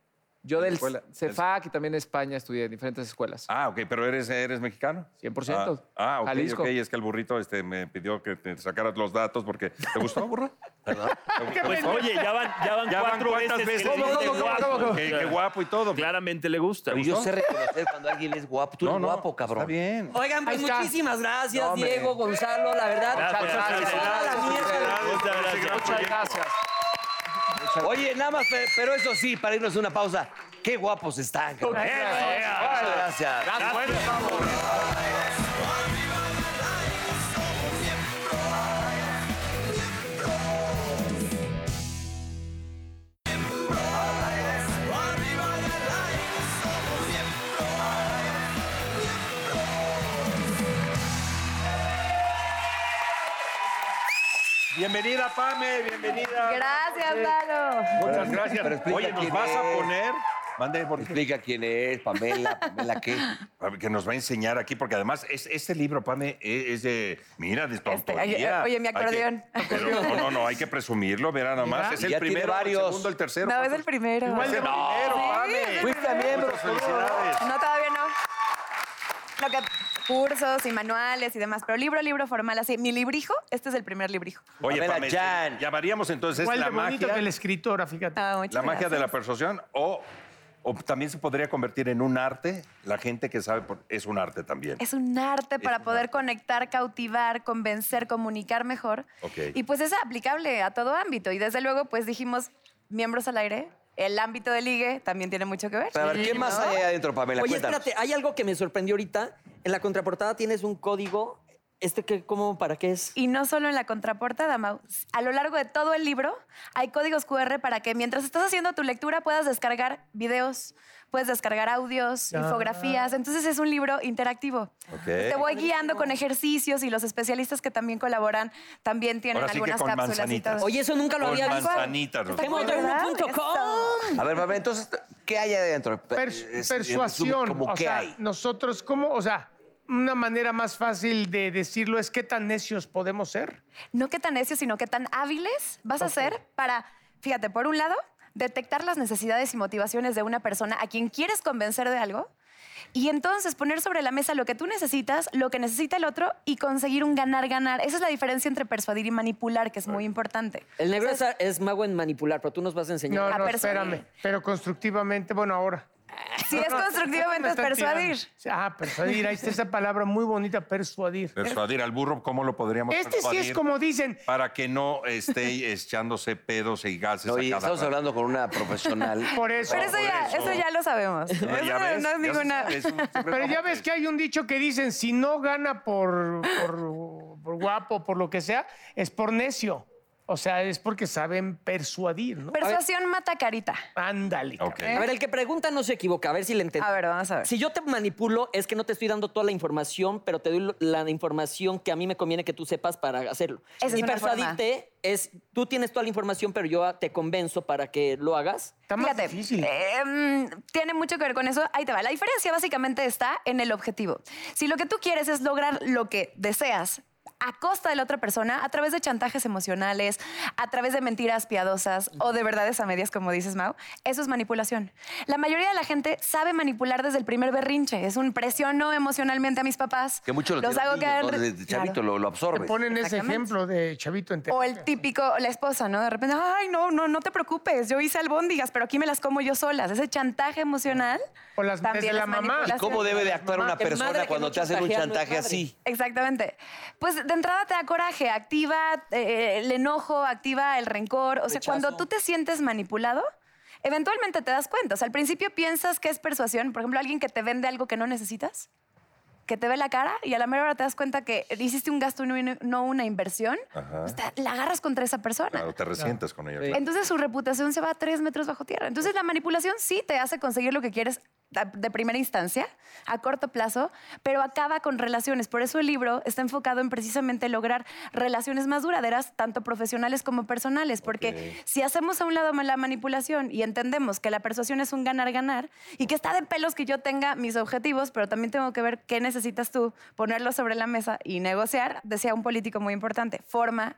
Speaker 6: Yo del
Speaker 9: escuela.
Speaker 6: CEFAC y también en España estudié en diferentes escuelas.
Speaker 2: Ah, ok, pero eres, eres mexicano.
Speaker 6: 100%.
Speaker 2: Ah, ah, ok,
Speaker 6: Jalisco.
Speaker 2: ok. Es que el burrito este, me pidió que te sacaras los datos porque. ¿Te gustó, burro? ¿Te
Speaker 7: Pues,
Speaker 2: gustó?
Speaker 7: oye, ya van, ya van
Speaker 2: Ya van
Speaker 7: cuatro veces.
Speaker 2: cuántas
Speaker 7: que
Speaker 2: veces.
Speaker 7: le
Speaker 2: ¿Cómo,
Speaker 7: dicen
Speaker 2: cómo, cómo,
Speaker 7: guapo.
Speaker 2: cómo?
Speaker 7: O
Speaker 2: Qué-
Speaker 7: sea,
Speaker 2: qué guapo y todo.
Speaker 7: Claramente le gusta.
Speaker 3: Pero yo sé reconocer cuando alguien es guapo. Tú eres guapo, cabrón.
Speaker 2: Está bien.
Speaker 1: Oigan, pues
Speaker 4: Ahí está.
Speaker 1: muchísimas gracias, Diego, Gonzalo, la verdad.
Speaker 7: Gracias,
Speaker 1: muchas
Speaker 7: gracias.
Speaker 1: gracias. Toda la mierda.
Speaker 6: Muchas
Speaker 7: Muchas gracias.
Speaker 6: gracias.
Speaker 3: Oye, nada más, pe- pero eso sí, para irnos a una pausa. Qué guapos están, cabrón.
Speaker 7: Eso, ya.
Speaker 3: Muchas gracias.
Speaker 2: Bienvenida, Pame, bienvenida.
Speaker 10: Gracias, Lalo.
Speaker 2: Muchas gracias.
Speaker 3: Pero explica
Speaker 2: Oye, ¿nos
Speaker 3: quién
Speaker 2: vas a
Speaker 3: es.
Speaker 2: poner? Mande, por
Speaker 3: Explica quién es, Pamela, Pamela qué.
Speaker 2: A ver, que nos va a enseñar aquí, porque además es, este libro, Pame, es, es de, mira, de tontería.
Speaker 10: Este, ay, oye, mi
Speaker 2: Hay que-
Speaker 10: acordeón.
Speaker 2: pero no, no, no, hay que presumirlo, verá nada más. Es
Speaker 3: Y
Speaker 2: el
Speaker 3: ya tiene
Speaker 2: primero, el
Speaker 3: varios.
Speaker 2: segundo, el tercero.
Speaker 10: No, es el primero.
Speaker 2: Es el
Speaker 10: no.
Speaker 2: primero,
Speaker 10: Sí, es
Speaker 2: Pame.
Speaker 10: el
Speaker 3: Fuiste miembro,
Speaker 2: Muchas felicidades.
Speaker 10: No, todavía no. Lo que- cursos y manuales y demás, pero libro, libro formal, así. Mi librijo, este es el primer librijo.
Speaker 2: Oye,
Speaker 3: Pamela
Speaker 2: Pame,
Speaker 3: Jan.
Speaker 2: llamaríamos entonces
Speaker 4: Igual de
Speaker 2: la
Speaker 4: bonito
Speaker 2: magia,
Speaker 4: que la escritora, fíjate.
Speaker 10: Ah, muchas
Speaker 2: la magia de
Speaker 10: gracias.
Speaker 2: la persuasión o, o también se podría convertir en un arte. La gente que sabe por- es un arte también.
Speaker 10: Es un arte para
Speaker 2: un
Speaker 10: poder
Speaker 2: arte.
Speaker 10: conectar, cautivar, convencer, comunicar mejor.
Speaker 2: Ok.
Speaker 10: Y pues es aplicable a todo ámbito. Y desde luego, pues dijimos, miembros al aire, el ámbito de ligue también tiene mucho que ver.
Speaker 3: Pero a ver, ¿qué más
Speaker 10: ¿no?
Speaker 3: hay ahí adentro, Pamela?
Speaker 1: Oye,
Speaker 3: Cuéntanos.
Speaker 1: espérate, hay algo que me sorprendió ahorita. En la contraportada tienes un código ¿Este qué, cómo, para qué es?
Speaker 10: Y no solo en la contraportada, Mau. A lo largo de todo el libro hay códigos QR para que mientras estás haciendo tu lectura puedas descargar videos, puedes descargar audios, infografías. Entonces es un libro interactivo.
Speaker 2: Ok.
Speaker 10: Te voy guiando con ejercicios y los especialistas que también colaboran también tienen
Speaker 2: Ahora sí que
Speaker 10: algunas
Speaker 2: con
Speaker 10: cápsulas y
Speaker 2: manzanitas.
Speaker 10: todo.
Speaker 1: Oye, eso nunca lo
Speaker 2: Con
Speaker 1: había visto.
Speaker 2: manzanitas. Rocío.
Speaker 10: Está
Speaker 1: Temoyuno.com.
Speaker 3: A ver, va, va, entonces, ¿qué hay adentro?
Speaker 4: Pers-
Speaker 3: Es-
Speaker 4: persuasión.
Speaker 3: ¿Cómo
Speaker 4: o
Speaker 3: qué
Speaker 4: sea,
Speaker 3: hay?
Speaker 4: nosotros, ¿cómo? O sea, una manera más fácil de decirlo es qué tan necios podemos ser.
Speaker 10: No qué tan necios, sino qué tan hábiles vas a ser para, fíjate, por un lado, detectar las necesidades y motivaciones de una persona a quien quieres convencer de algo. Y entonces poner sobre la mesa lo que tú necesitas, lo que necesita el otro y conseguir un ganar-ganar. Esa es la diferencia entre persuadir y manipular, que es muy importante.
Speaker 1: El negro es, es mago en manipular, pero tú nos vas a enseñar.
Speaker 4: No,
Speaker 10: A
Speaker 4: no,
Speaker 10: persuadir.
Speaker 4: espérame. Pero constructivamente, bueno, ahora.
Speaker 10: Si es constructivamente, es
Speaker 4: Me están
Speaker 10: persuadir.
Speaker 4: tirando. Ah, persuadir. Ahí está esa palabra muy bonita, persuadir.
Speaker 2: Persuadir al burro, ¿cómo lo podríamos
Speaker 4: Este sí es
Speaker 2: persuadir
Speaker 4: como dicen,
Speaker 2: Para que no esté echándose pedos y gases
Speaker 3: No,
Speaker 2: a
Speaker 3: y
Speaker 2: cada
Speaker 3: estamos
Speaker 2: rato.
Speaker 3: hablando con una profesional.
Speaker 4: por eso.
Speaker 10: Pero eso ya,
Speaker 2: eso.
Speaker 10: eso ya lo sabemos. Eso
Speaker 2: No, ya
Speaker 10: no-
Speaker 2: ves,
Speaker 10: no es
Speaker 2: ya se
Speaker 10: ninguna...
Speaker 2: sabe, es un secreto
Speaker 4: Pero ya
Speaker 2: como
Speaker 4: ves que hay un dicho que dicen, si no gana por, por, por guapo, por lo que sea, es por necio. O sea, es porque saben persuadir, ¿no?
Speaker 10: Persuasión mata carita.
Speaker 4: Ándale.
Speaker 2: Ok.
Speaker 4: cabrón.
Speaker 1: A ver, el que pregunta no se equivoca, a ver si le entendí.
Speaker 10: A ver, vamos a ver.
Speaker 1: Si yo te manipulo, es que no te estoy dando toda la información, pero te doy lo- la información que a mí me conviene que tú sepas para hacerlo.
Speaker 10: Esa es
Speaker 1: y
Speaker 10: una
Speaker 1: persuadirte es, tú tienes toda la información, pero yo te convenzo para que lo hagas.
Speaker 4: Está más
Speaker 10: Fíjate,
Speaker 4: difícil.
Speaker 10: eh, mm, tiene mucho que ver con eso. Ahí te va. La diferencia básicamente está en el objetivo. Si lo que tú quieres es lograr lo que deseas a costa de la otra persona, a través de chantajes emocionales, a través de mentiras piadosas o de verdades a medias, como dices, Mau, eso es manipulación. La mayoría de la gente sabe manipular desde el primer berrinche. Es un presiono emocionalmente a mis papás.
Speaker 3: Que mucho lo
Speaker 10: los
Speaker 3: tienen
Speaker 10: hago
Speaker 3: niños,
Speaker 10: caer-
Speaker 3: ¿no? Desde chavito
Speaker 10: Claro.
Speaker 3: lo, lo
Speaker 4: Te
Speaker 3: absorbe.
Speaker 4: ponen ese
Speaker 10: Exactamente.
Speaker 4: ejemplo de Chavito en
Speaker 10: O
Speaker 4: terapia.
Speaker 10: el típico, la esposa, ¿no? De repente, ay, no, no, no te preocupes, yo hice albóndigas, pero aquí me las como yo solas. Ese chantaje emocional.
Speaker 4: O las- desde
Speaker 10: es
Speaker 4: la mamá.
Speaker 10: manipulación.
Speaker 3: ¿Cómo debe de actuar una
Speaker 1: que madre
Speaker 3: persona
Speaker 1: que
Speaker 3: cuando
Speaker 1: no
Speaker 3: te hacen un
Speaker 1: chantajea no es
Speaker 3: chantaje
Speaker 1: madre.
Speaker 3: así?
Speaker 10: Exactamente. Pues de entrada te da coraje, activa eh, el enojo, activa el rencor. O sea,
Speaker 1: Rechazo.
Speaker 10: cuando tú te sientes manipulado, eventualmente te das cuenta. O sea, al principio piensas que es persuasión. Por ejemplo, alguien que te vende algo que no necesitas, que te ve la cara y a la mera hora te das cuenta que hiciste un gasto y no- no una inversión. pues te- la agarras contra esa persona.
Speaker 2: Claro, te resientes con ella. claro.
Speaker 10: Entonces su reputación se va a tres metros bajo tierra. Entonces la manipulación sí te hace conseguir lo que quieres a- de primera instancia, a corto plazo, pero acaba con relaciones. Por eso el libro está enfocado en precisamente lograr relaciones más duraderas, tanto profesionales como personales, porque si hacemos a un lado la manipulación y entendemos que la persuasión es un ganar-ganar y que está de pelos que yo tenga mis objetivos, pero también tengo que ver qué necesitas tú, ponerlo sobre la mesa y negociar, decía un político muy importante, forma,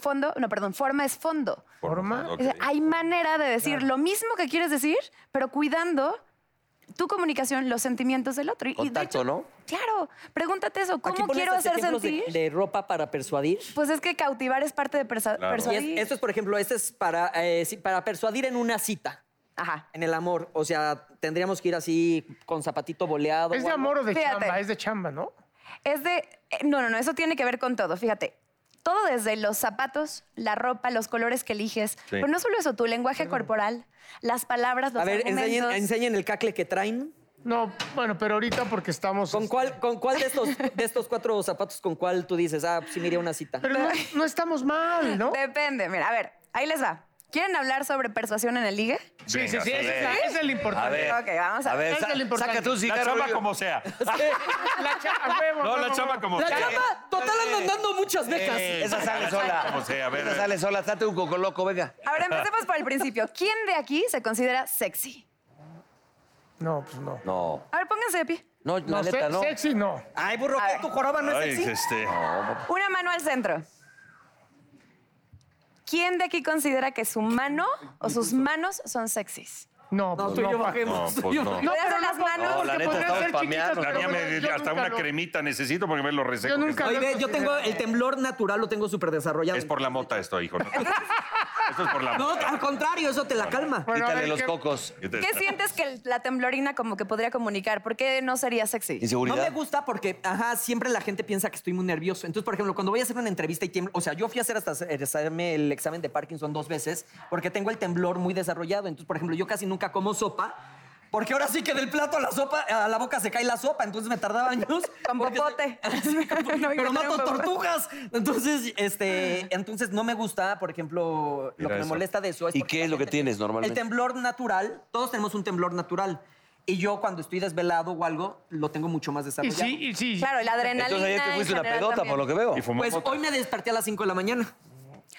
Speaker 10: fondo, no, perdón, forma es fondo.
Speaker 4: Forma.
Speaker 2: Ok.
Speaker 10: O sea, Hay manera de decir lo mismo que quieres decir, pero cuidando tu comunicación, los sentimientos del otro. Y- y de
Speaker 3: Contacto,
Speaker 10: hecho,
Speaker 3: ¿no?
Speaker 10: Claro, pregúntate eso,
Speaker 1: Aquí
Speaker 10: ¿cómo
Speaker 1: pones
Speaker 10: quiero hacer
Speaker 1: ejemplos de-
Speaker 10: sentir?
Speaker 1: De, ropa para persuadir.
Speaker 10: Pues es que cautivar es parte de persa-
Speaker 1: Y
Speaker 2: Claro.
Speaker 1: es-
Speaker 10: persuadir.
Speaker 1: esto es, por ejemplo, este es para, eh, sí, para persuadir en una cita,
Speaker 10: Ajá.
Speaker 1: en el amor. O sea, tendríamos que ir así con zapatito boleado.
Speaker 4: ¿Es
Speaker 1: o
Speaker 4: de
Speaker 1: algo.
Speaker 4: amor o de
Speaker 10: Fíjate.
Speaker 4: chamba? Es de chamba, ¿no?
Speaker 10: Es de. eh, No, no, no, eso tiene que ver con todo. Fíjate, todo desde los zapatos, la ropa, los colores que eliges. Pero no solo eso, tu lenguaje corporal, las palabras, los
Speaker 1: A ver, enseñen,
Speaker 10: argumentos.
Speaker 1: enseñen el cacle que traen.
Speaker 4: No, bueno, pero ahorita porque estamos...
Speaker 1: ¿Con
Speaker 4: este,
Speaker 1: cuál, con cuál de, estos, de estos cuatro zapatos, con cuál tú dices, ah, sí, mire una cita?
Speaker 4: Pero no, no estamos mal, ¿no?
Speaker 10: Depende, mira, a ver, ahí les va. ¿Quieren hablar sobre persuasión en el ligue?
Speaker 4: Sí, sí,
Speaker 2: Venga,
Speaker 4: sí, ese
Speaker 2: a
Speaker 4: es,
Speaker 2: ver.
Speaker 4: la- ese es el
Speaker 3: A
Speaker 4: importante.
Speaker 3: ver,
Speaker 10: Ok, vamos a
Speaker 3: a ver,
Speaker 4: Ese es
Speaker 3: sa-
Speaker 4: lo importante.
Speaker 3: sácate un
Speaker 2: La
Speaker 3: cigarro.
Speaker 2: chamba
Speaker 3: oiga.
Speaker 2: como sea.
Speaker 4: La chamba, huevo,
Speaker 2: No, la
Speaker 4: huevo,
Speaker 2: chamba
Speaker 4: huevo.
Speaker 2: como
Speaker 1: La
Speaker 2: sea.
Speaker 1: chamba, total andan dando muchas becas.
Speaker 3: Esa sale sola.
Speaker 2: Como sea, a ver.
Speaker 3: Esa sale sola. Tate un coco loco, venga.
Speaker 10: Ahora empecemos por el principio. ¿Quién de aquí se considera sexy?
Speaker 4: No, pues no.
Speaker 3: No,
Speaker 10: A ver, pónganse de pie.
Speaker 3: no,
Speaker 4: No,
Speaker 3: la neta,
Speaker 4: se-
Speaker 3: no.
Speaker 4: sexy no.
Speaker 1: Ay, burro,
Speaker 10: A
Speaker 1: ¿qué?
Speaker 10: ver.
Speaker 1: ¿tu joroba no
Speaker 2: Ay,
Speaker 1: es sexy?
Speaker 2: este.
Speaker 10: Una mano al centro. ¿Quién de aquí considera que su mano o sus manos son sexys?
Speaker 4: No, pues
Speaker 1: tú y
Speaker 4: no.
Speaker 1: yo
Speaker 4: pa-
Speaker 2: No,
Speaker 1: bajemos.
Speaker 2: pues no.
Speaker 4: No,
Speaker 10: Cuidado
Speaker 4: pero
Speaker 10: con las
Speaker 4: no,
Speaker 10: manos,
Speaker 4: no,
Speaker 10: porque
Speaker 4: porque
Speaker 3: podrían
Speaker 4: podrían
Speaker 3: ser
Speaker 4: ser
Speaker 3: chiquitas,
Speaker 4: chiquitas.
Speaker 2: La
Speaker 4: pero
Speaker 2: mía me
Speaker 4: yo
Speaker 2: hasta
Speaker 4: nunca
Speaker 2: una
Speaker 4: lo-
Speaker 2: cremita necesito porque me lo reseco.
Speaker 4: Yo
Speaker 2: que
Speaker 4: nunca
Speaker 2: está.
Speaker 1: Oye, ve, yo tengo el temblor natural, lo tengo súper desarrollado.
Speaker 2: Es por la mota esto, hijo. ¿no? Esto es por la
Speaker 1: No, al
Speaker 2: mota.
Speaker 1: contrario, eso te la calma.
Speaker 4: Bueno, a
Speaker 3: Quítale
Speaker 4: ver,
Speaker 3: los
Speaker 4: ¿qué-
Speaker 3: cocos.
Speaker 10: ¿Qué sientes que el- la temblorina como que podría comunicar? ¿Por qué no sería sexy?
Speaker 1: No me
Speaker 3: Inseguridad.
Speaker 1: gusta porque, ajá, siempre la gente piensa que estoy muy nervioso. Entonces, por ejemplo, cuando voy a hacer una entrevista y tiemblo, o sea, yo fui a hacer hasta hacerme el examen de Parkinson dos veces porque tengo el temblor muy desarrollado. Entonces, por ejemplo, yo casi nunca como sopa Porque ahora sí que del plato a la sopa, a la boca se cae la sopa, entonces me tardaba años.
Speaker 10: Con
Speaker 1: porque-
Speaker 10: popote.
Speaker 1: Sí, con popote,
Speaker 10: No,
Speaker 1: pero
Speaker 10: yo no
Speaker 1: mato
Speaker 10: puedo.
Speaker 1: tortugas. Entonces, este, entonces no me gusta, por ejemplo, lo
Speaker 2: Mira
Speaker 1: que me
Speaker 2: eso.
Speaker 1: molesta de eso es
Speaker 3: ¿Y
Speaker 1: porque
Speaker 3: qué
Speaker 1: la
Speaker 3: es lo que tienes normalmente?
Speaker 1: El temblor natural, todos tenemos un temblor natural. Y yo cuando estoy desvelado o algo, lo tengo mucho más
Speaker 4: Y
Speaker 1: desarrollado.
Speaker 4: sí, y sí.
Speaker 10: Claro, la adrenalina.
Speaker 3: Entonces ayer te
Speaker 10: en
Speaker 3: fuiste una
Speaker 10: general
Speaker 3: pedota,
Speaker 10: también.
Speaker 3: por lo que veo.
Speaker 2: Y fumó
Speaker 1: Pues
Speaker 2: mota.
Speaker 1: hoy me desperté a las 5 de la mañana.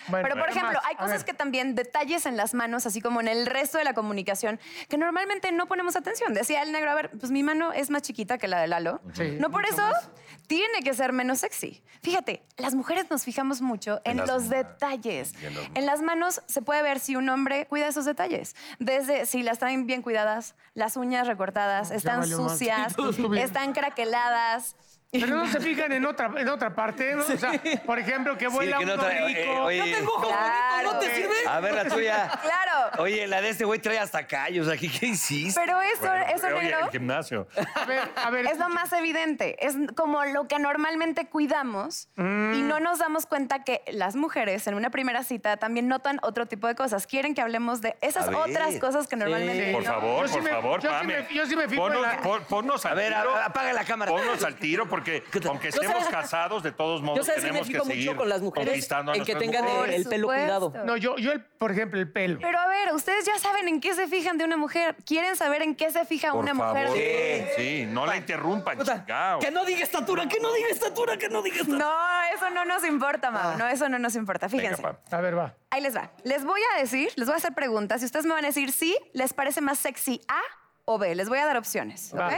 Speaker 4: Bueno,
Speaker 10: Pero, por
Speaker 4: nada
Speaker 10: ejemplo,
Speaker 4: más.
Speaker 10: hay
Speaker 4: A
Speaker 10: cosas
Speaker 4: ver.
Speaker 10: que también, detalles en las manos, así como en el resto de la comunicación, que normalmente no ponemos atención. Decía el negro, a ver, pues mi mano es más chiquita que la de Lalo.
Speaker 4: Sí,
Speaker 10: no por
Speaker 4: mucho
Speaker 10: eso
Speaker 4: más.
Speaker 10: tiene que ser menos sexy. Fíjate, las mujeres nos fijamos mucho en,
Speaker 3: las
Speaker 10: los
Speaker 3: ma-
Speaker 10: detalles.
Speaker 3: y en los-
Speaker 10: En las manos se puede ver si un hombre cuida esos detalles. Desde si las traen bien cuidadas, las uñas recortadas, están
Speaker 4: valió más.
Speaker 10: sucias,
Speaker 4: Sí, todo estuvo bien.
Speaker 10: están craqueladas.
Speaker 4: Pero no se fijan en otra, en otra parte, ¿no? O sea, por ejemplo, que vuela
Speaker 3: que no
Speaker 4: uno
Speaker 3: trae-
Speaker 4: rico.
Speaker 3: eh, oye,
Speaker 1: Tengo ojo bonito, ¿no
Speaker 10: Claro.
Speaker 1: te sirve?
Speaker 3: A ver la tuya.
Speaker 10: Claro.
Speaker 3: Oye, la de este güey trae hasta callos aquí. ¿Qué hiciste?
Speaker 10: Pero eso, eso
Speaker 2: Oye,
Speaker 10: negro.
Speaker 2: el gimnasio.
Speaker 4: A ver, a ver.
Speaker 10: Es lo más evidente, es como lo que normalmente cuidamos y no nos damos cuenta que las mujeres en una primera cita también notan otro tipo de cosas. Quieren que hablemos de esas
Speaker 3: A ver.
Speaker 10: otras cosas que normalmente...
Speaker 2: Por
Speaker 10: no.
Speaker 2: favor,
Speaker 4: Eh, Yo sí
Speaker 2: por
Speaker 4: me-
Speaker 2: favor,
Speaker 4: yo sí
Speaker 2: Pame.
Speaker 4: me- yo sí me fijo
Speaker 2: Ponnos,
Speaker 4: en la-
Speaker 2: pon- ponnos al
Speaker 3: A ver,
Speaker 2: tiro.
Speaker 3: a- apaga la cámara.
Speaker 2: Ponnos al tiro porque aunque
Speaker 1: Yo
Speaker 2: estemos
Speaker 1: sabes-
Speaker 2: casados, de todos
Speaker 1: Yo
Speaker 2: modos
Speaker 1: sabes que me
Speaker 2: tenemos que
Speaker 1: fijo
Speaker 2: seguir
Speaker 1: mucho con las mujeres
Speaker 2: conquistando a
Speaker 1: en que
Speaker 2: nuestras
Speaker 1: tengan
Speaker 2: mujeres.
Speaker 1: el, el pelo
Speaker 10: supuesto.
Speaker 1: cuidado.
Speaker 4: No, yo, yo el- por ejemplo, el pelo.
Speaker 10: Pero a ver, ustedes ya saben en qué se fijan de una mujer. Quieren saber en qué se fija
Speaker 2: Por
Speaker 10: una
Speaker 2: favor.
Speaker 10: mujer.
Speaker 2: Sí, no la interrumpan,
Speaker 1: Puta,
Speaker 2: chingao.
Speaker 1: que no diga estatura, que no diga estatura, que no diga estatura.
Speaker 10: No, eso no nos importa,
Speaker 1: Ah.
Speaker 10: Mau. No, eso no nos importa.
Speaker 2: Venga,
Speaker 10: Fíjense.
Speaker 2: Pam.
Speaker 4: A ver, va.
Speaker 10: Ahí les va. Les voy a decir, les voy a hacer preguntas y ustedes me van a decir si les parece más sexy A o B. Les voy a dar opciones, ¿ok?
Speaker 4: Va.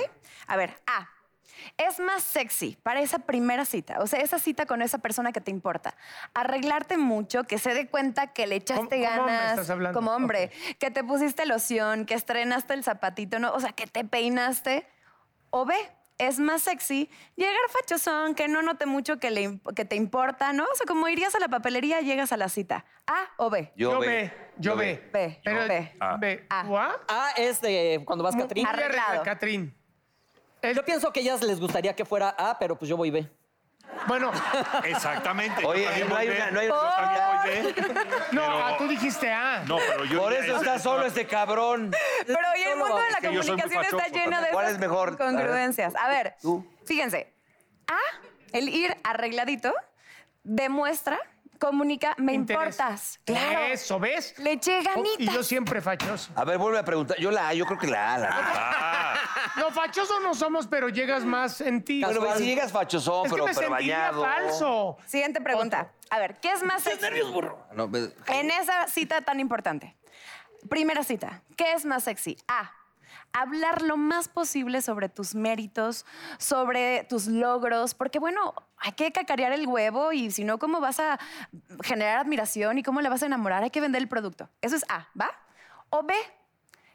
Speaker 10: A ver, A. Es más sexy para esa primera cita, o sea, esa cita con esa persona que te importa. Arreglarte mucho, que se dé cuenta que le
Speaker 4: ¿Cómo-
Speaker 10: echaste
Speaker 4: cómo hombre
Speaker 10: ganas
Speaker 4: estás hablando?
Speaker 10: como hombre, que te pusiste loción, que estrenaste el zapatito, ¿no? o sea, que te peinaste. O B, es más sexy llegar fachosón, que no note mucho que, le imp- que te importa, ¿no? O sea, como irías a la papelería, llegas a la cita. ¿A o B?
Speaker 4: Yo,
Speaker 3: ve,
Speaker 4: ve, yo ve.
Speaker 10: B.
Speaker 4: Pero,
Speaker 10: B.
Speaker 4: ve.
Speaker 10: Ah.
Speaker 4: ¿Tú, ah?
Speaker 1: Ah, es de cuando vas, Catrín.
Speaker 10: Arre- Arreglado.
Speaker 4: Catrín.
Speaker 1: Yo pienso que ellas les gustaría que fuera A, pero pues yo voy B.
Speaker 4: Bueno,
Speaker 2: Exactamente. yo
Speaker 3: Oye,
Speaker 2: también
Speaker 3: no hay
Speaker 2: voy
Speaker 3: una.
Speaker 2: de-
Speaker 3: No hay
Speaker 2: yo
Speaker 3: una-
Speaker 2: también voy de-
Speaker 4: no,
Speaker 2: Pero-
Speaker 4: ah, tú dijiste ah.
Speaker 2: No, pero yo...
Speaker 3: Por
Speaker 2: ya-
Speaker 3: eso está solo este cabrón.
Speaker 10: Pero hoy el mundo de la
Speaker 2: que yo soy muy
Speaker 10: comunicación está
Speaker 2: fachoso
Speaker 10: lleno de
Speaker 3: ¿Cuál
Speaker 10: esas
Speaker 3: es mejor? A ver.
Speaker 10: congruencias. A ver,
Speaker 3: Tú.
Speaker 10: fíjense. A, el ir arregladito, demuestra, comunica, me
Speaker 4: Interés.
Speaker 10: importas. Claro.
Speaker 4: Eso, ¿ves? Oh,
Speaker 10: Le
Speaker 2: Oh,
Speaker 10: eché ganitas.
Speaker 4: Y yo siempre fachoso.
Speaker 3: A ver, vuelve a preguntar. Yo la A, yo creo que la A.
Speaker 2: Ah.
Speaker 3: La A.
Speaker 4: No, fachoso no somos, pero llegas más en ti.
Speaker 3: Bueno, pues, si
Speaker 4: es
Speaker 3: llegas fachosón,
Speaker 4: que
Speaker 3: pero,
Speaker 4: me
Speaker 3: pero
Speaker 4: sentiría
Speaker 3: bañado.
Speaker 4: falso.
Speaker 10: Siguiente pregunta. A ver, ¿qué es más sexy
Speaker 3: No, pues,
Speaker 10: en esa cita tan importante? Primera cita, ¿qué es más sexy? A, hablar lo más posible sobre tus méritos, sobre tus logros, porque bueno, hay que cacarear el huevo y si no, ¿cómo vas a generar admiración y cómo le vas a enamorar? Hay que vender el producto. Eso es A, ¿va? O B,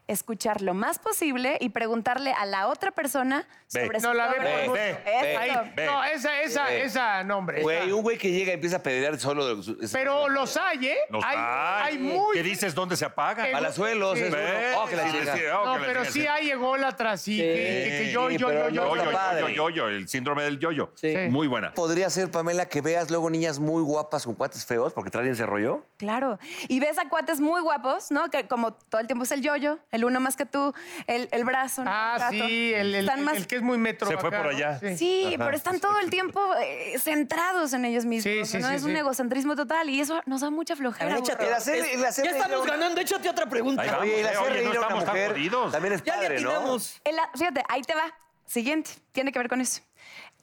Speaker 10: escuchar lo más posible y preguntarle a la otra persona
Speaker 2: B.
Speaker 10: sobre
Speaker 4: No,
Speaker 10: sus
Speaker 4: la ve
Speaker 10: logros.
Speaker 4: por gusto.
Speaker 10: Eso.
Speaker 4: Ahí.
Speaker 2: Ve.
Speaker 4: No, esa, esa,
Speaker 3: Ve.
Speaker 4: esa, nombre.
Speaker 3: Güey, un güey que llega y empieza a pelear solo. de su- es-
Speaker 4: Pero los hay, ¿eh?
Speaker 2: Los
Speaker 4: hay, hay muy.
Speaker 2: ¿Qué dices? ¿Dónde se apaga?
Speaker 4: Eh,
Speaker 3: Palazuelos,
Speaker 4: Sí.
Speaker 3: es uno.
Speaker 2: Ve,
Speaker 3: Oh, que la
Speaker 2: sí,
Speaker 3: chica.
Speaker 2: sí, oh,
Speaker 4: No,
Speaker 2: que la
Speaker 4: pero
Speaker 2: chica,
Speaker 4: sí hay ególatras y que, que- que yo,
Speaker 3: Sí,
Speaker 4: yo, yo,
Speaker 3: pero
Speaker 4: yo,
Speaker 3: no
Speaker 2: Yo, yo,
Speaker 4: yo.
Speaker 2: yo, yo,
Speaker 3: padre.
Speaker 2: yo, yo, el síndrome del yoyo.
Speaker 1: Sí.
Speaker 2: Muy buena.
Speaker 3: Podría ser, Pamela, que veas luego niñas muy guapas con cuates feos porque traen ese rollo.
Speaker 10: Claro. Y ves a cuates muy guapos, ¿no? Que como todo el tiempo es el yoyo, el uno más que tú, el, el brazo. ¿no?
Speaker 4: Ah,
Speaker 10: El gato.
Speaker 4: sí, el, el-
Speaker 10: Están
Speaker 4: el-
Speaker 10: más-
Speaker 4: el que es muy metro.
Speaker 2: Se fue
Speaker 4: acá,
Speaker 2: por
Speaker 4: ¿no?
Speaker 2: allá.
Speaker 4: Sí.
Speaker 10: Sí, pero están todo el tiempo eh, centrados en ellos mismos.
Speaker 4: Sí, sí,
Speaker 10: ¿no?
Speaker 4: sí,
Speaker 10: es
Speaker 4: sí.
Speaker 10: un egocentrismo total y eso nos da mucha
Speaker 1: A
Speaker 10: flojera.
Speaker 1: ver,
Speaker 10: burro.
Speaker 1: échate.
Speaker 3: El hacer- el hacer
Speaker 1: ya
Speaker 3: reír a
Speaker 1: estamos
Speaker 3: una-
Speaker 1: ganando, échate otra pregunta.
Speaker 2: Ahí va.
Speaker 3: Oye, y la
Speaker 2: eh,
Speaker 3: hacer
Speaker 2: oye, no
Speaker 3: reír a una
Speaker 2: estamos tan
Speaker 3: mujer
Speaker 2: jodidos.
Speaker 3: también es
Speaker 1: Ya le
Speaker 3: padre, ¿no?
Speaker 1: atinamos.
Speaker 10: El a- fíjate, ahí te va. Siguiente, tiene que ver con eso.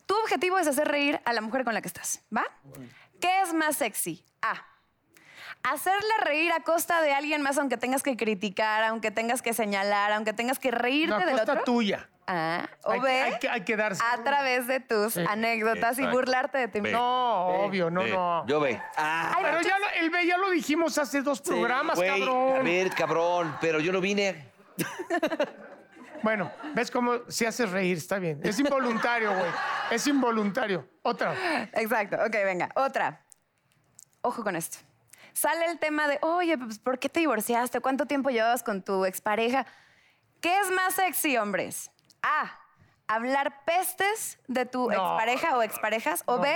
Speaker 10: Tu objetivo es hacer reír a la mujer con la que estás, ¿va? ¿Qué es más sexy? A. Hacerla reír a costa de alguien más, aunque tengas que criticar, aunque tengas que señalar, aunque tengas que
Speaker 4: No,
Speaker 10: reírte
Speaker 4: a
Speaker 10: del
Speaker 4: costa
Speaker 10: otro.
Speaker 4: tuya.
Speaker 10: Ah, o
Speaker 4: Hay-
Speaker 10: B,
Speaker 4: hay que- hay que darse
Speaker 10: a
Speaker 4: uno.
Speaker 10: través de tus anécdotas y
Speaker 2: Exacto.
Speaker 10: burlarte de ti
Speaker 2: Ve.
Speaker 10: mismo.
Speaker 4: No, obvio, no,
Speaker 2: Sí.
Speaker 4: no.
Speaker 3: Yo ve. Ah,
Speaker 10: Ay, pues
Speaker 4: Pero ya lo, el B ya lo dijimos hace dos programas,
Speaker 3: güey. A
Speaker 4: cabrón.
Speaker 3: ver, cabrón, pero yo no vine.
Speaker 4: Bueno, ves cómo se hace reír, está bien. Es involuntario, güey. Es involuntario. Otra.
Speaker 10: Exacto, ok, venga, otra. Ojo con esto. Sale el tema de, oye, pues, ¿por qué te divorciaste? ¿Cuánto tiempo llevabas con tu expareja? ¿Qué es más sexy, hombres? A, hablar pestes de tu
Speaker 4: No.
Speaker 10: expareja o exparejas. O B,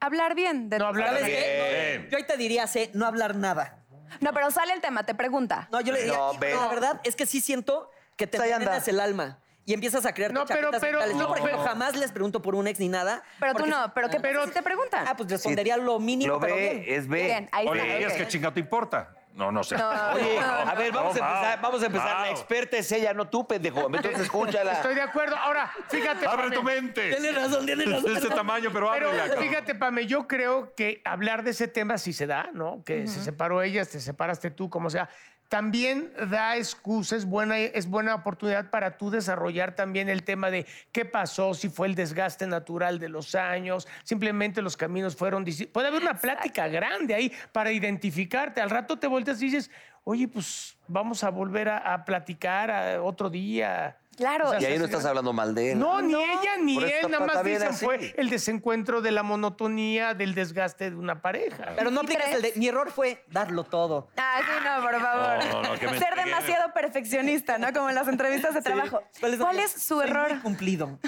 Speaker 10: hablar bien de
Speaker 4: No
Speaker 10: tu-
Speaker 4: hablar
Speaker 1: ¿Sabes
Speaker 4: bien.
Speaker 1: qué? No, yo ahí te diría, sé, no hablar nada.
Speaker 10: No, pero sale el tema, te pregunta.
Speaker 1: No, yo le diría,
Speaker 3: No,
Speaker 1: "Hijo,
Speaker 3: ve.
Speaker 1: la verdad es que sí siento que te
Speaker 5: Ahí anda.
Speaker 1: envenenas el alma y empiezas a crear
Speaker 4: No, pero- pero-
Speaker 1: Yo,
Speaker 4: no,
Speaker 1: por ejemplo,
Speaker 4: pero-
Speaker 1: jamás les pregunto por un ex ni nada.
Speaker 10: Pero tú
Speaker 1: porque-
Speaker 10: no, pero ¿qué
Speaker 4: Pero-
Speaker 10: pero, si te preguntan?
Speaker 1: Ah, pues respondería lo mínimo,
Speaker 3: Lo
Speaker 1: pero
Speaker 3: ve,
Speaker 1: bien.
Speaker 3: es ve.
Speaker 10: Bien, ahí
Speaker 2: Oye,
Speaker 10: está,
Speaker 2: ellas
Speaker 10: ok.
Speaker 2: qué chingado te importa. No, no sé.
Speaker 10: No,
Speaker 3: Oye,
Speaker 10: no,
Speaker 3: a
Speaker 10: no.
Speaker 3: ver, vamos
Speaker 2: No,
Speaker 3: a empezar.
Speaker 2: Mau,
Speaker 3: Vamos a empezar. La
Speaker 2: Mau.
Speaker 3: experta es ella, no tú, pendejo. Entonces escúchala.
Speaker 4: Estoy de acuerdo. Ahora, fíjate.
Speaker 2: Abre
Speaker 4: Pame.
Speaker 2: tu mente.
Speaker 1: Tienes razón, tienes
Speaker 2: Es
Speaker 1: razón.
Speaker 2: de este tamaño, pero
Speaker 4: Pero
Speaker 2: ábrela. cabrón.
Speaker 4: fíjate, Pame, yo creo que hablar de ese tema sí se da, ¿no? Que se separó ella, te separaste tú, como sea. También da excusa, es buena, es buena oportunidad para tú desarrollar también el tema de qué pasó, si fue el desgaste natural de los años, simplemente los caminos fueron... distintos. Puede haber una plática grande ahí para identificarte. Al rato te volteas y dices, oye, pues vamos a volver a, a platicar a otro día.
Speaker 10: Claro.
Speaker 4: O sea,
Speaker 3: Y ahí no estás hablando mal de él.
Speaker 4: no, ni ella ni
Speaker 3: Por eso
Speaker 4: él,
Speaker 3: está-
Speaker 4: nada más
Speaker 3: está bien
Speaker 4: dicen
Speaker 3: así.
Speaker 4: fue el desencuentro de la monotonía, del desgaste de una pareja.
Speaker 1: Pero no
Speaker 10: ¿Y
Speaker 1: aplicas
Speaker 10: crees?
Speaker 1: el de. Mi error fue darlo todo.
Speaker 10: Ah, sí, no, por favor.
Speaker 2: No, no, que me
Speaker 10: Ser
Speaker 2: entreguen.
Speaker 10: demasiado perfeccionista, ¿no? Como en las entrevistas de trabajo. ¿Cuál es, su
Speaker 1: Soy muy
Speaker 10: error?
Speaker 1: cumplido.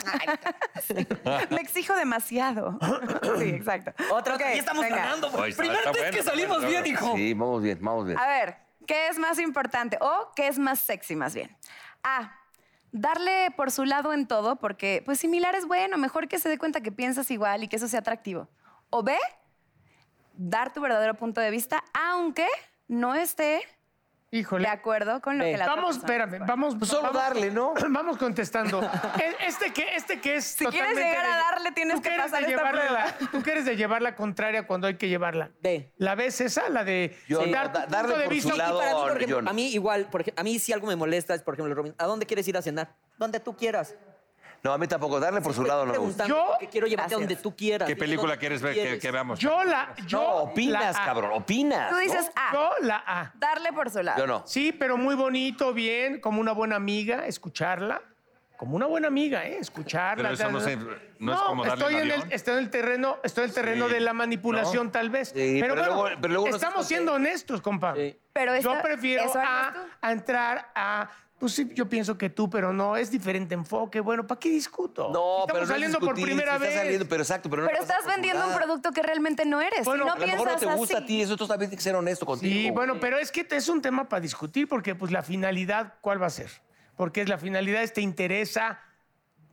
Speaker 10: Me exijo demasiado. sí, exacto.
Speaker 1: Otra,
Speaker 10: Ok,
Speaker 1: otra. Ya estamos
Speaker 10: venga.
Speaker 1: ganando.
Speaker 2: Ahí
Speaker 1: Primer
Speaker 2: está,
Speaker 1: vez
Speaker 2: está
Speaker 1: que
Speaker 2: bueno,
Speaker 1: salimos
Speaker 2: está
Speaker 1: bien,
Speaker 2: bueno.
Speaker 1: hijo.
Speaker 3: Sí, vamos bien, vamos bien.
Speaker 10: A ver, ¿qué es más importante o qué es más sexy más bien? A, darle por su lado en todo porque pues similar es bueno, mejor que se dé cuenta que piensas igual y que eso sea atractivo. O B, dar tu verdadero punto de vista aunque no esté de
Speaker 4: Híjole.
Speaker 10: acuerdo con lo
Speaker 1: Ve.
Speaker 10: que la otra
Speaker 4: Vamos,
Speaker 10: persona
Speaker 4: espérame,
Speaker 10: dice.
Speaker 4: vamos.
Speaker 3: Solo
Speaker 4: vamos-
Speaker 3: darle, ¿no?
Speaker 4: Vamos contestando. Eh, Este que, este que es.
Speaker 10: Si quieres
Speaker 4: totalmente
Speaker 10: llegar a
Speaker 4: de-
Speaker 10: darle, tienes
Speaker 4: tú
Speaker 10: que
Speaker 4: eres
Speaker 10: pasar
Speaker 4: de
Speaker 10: esta
Speaker 4: llevarle
Speaker 10: prueba.
Speaker 4: la- Tú quieres de llevar la contraria cuando hay que llevarla.
Speaker 1: De.
Speaker 4: ¿La ves esa? La de
Speaker 3: Yo no,
Speaker 4: dar tu
Speaker 3: da- darle
Speaker 4: punto de
Speaker 3: por su
Speaker 4: vista.
Speaker 1: Y
Speaker 3: lado.
Speaker 1: para mí,
Speaker 3: Ahora,
Speaker 1: por ejemplo,
Speaker 3: John.
Speaker 1: a mí igual, por ej- a mí si algo me molesta es, por ejemplo, Robin, ¿a dónde quieres ir a cenar? Donde tú quieras.
Speaker 3: No, a mí tampoco. Darle por su lado no me gusta.
Speaker 1: Preguntando,
Speaker 4: Yo-
Speaker 1: porque quiero llevarte a
Speaker 10: Así
Speaker 1: donde
Speaker 10: es.
Speaker 1: tú quieras.
Speaker 2: ¿Qué
Speaker 1: Dime
Speaker 2: película
Speaker 1: dónde
Speaker 2: quieres
Speaker 1: tú
Speaker 2: ver? Que, que veamos.
Speaker 4: Yo la. Yo,
Speaker 3: No,
Speaker 4: la
Speaker 3: opinas,
Speaker 4: A.
Speaker 3: cabrón, opinas.
Speaker 10: Tú
Speaker 3: ¿no?
Speaker 10: dices A,
Speaker 4: Yo la A.
Speaker 10: darle por su lado.
Speaker 3: Yo no.
Speaker 4: Sí, pero muy bonito, bien, como una buena amiga, escucharla. Como una buena amiga, ¿eh? Escucharla.
Speaker 2: Pero eso no se- no es como darle
Speaker 4: estoy
Speaker 2: el
Speaker 4: en
Speaker 2: avión.
Speaker 4: el, estoy en el terreno, estoy en el terreno
Speaker 2: Sí,
Speaker 4: de la manipulación,
Speaker 2: ¿no?
Speaker 4: tal vez.
Speaker 3: Sí,
Speaker 4: pero,
Speaker 3: pero
Speaker 4: bueno,
Speaker 3: luego- pero luego no se
Speaker 4: estamos siendo honestos, compa.
Speaker 10: Pero
Speaker 4: yo
Speaker 10: esta-
Speaker 4: prefiero
Speaker 10: ¿eso harías
Speaker 4: a,
Speaker 10: tú?
Speaker 4: a entrar a. Pues sí, yo pienso que tú, pero no, es diferente enfoque. Bueno, ¿para qué discuto?
Speaker 3: No,
Speaker 4: Estamos
Speaker 3: pero no es
Speaker 4: saliendo por
Speaker 3: discutir,
Speaker 4: primera
Speaker 3: sí estás
Speaker 4: vez.
Speaker 3: saliendo, pero exacto, pero no
Speaker 10: Pero
Speaker 3: pasa
Speaker 10: estás
Speaker 3: por su
Speaker 10: vendiendo un
Speaker 3: lado.
Speaker 10: producto que realmente no eres.
Speaker 4: Bueno,
Speaker 10: no
Speaker 4: a
Speaker 3: A lo mejor no
Speaker 10: piensas
Speaker 3: te gusta
Speaker 10: así.
Speaker 3: a ti, eso tú también tienes que ser honesto contigo.
Speaker 4: Sí,
Speaker 3: güey.
Speaker 4: bueno, pero es que te- es un tema para discutir porque pues la finalidad, ¿cuál va a ser? Porque es la finalidad es, ¿te interesa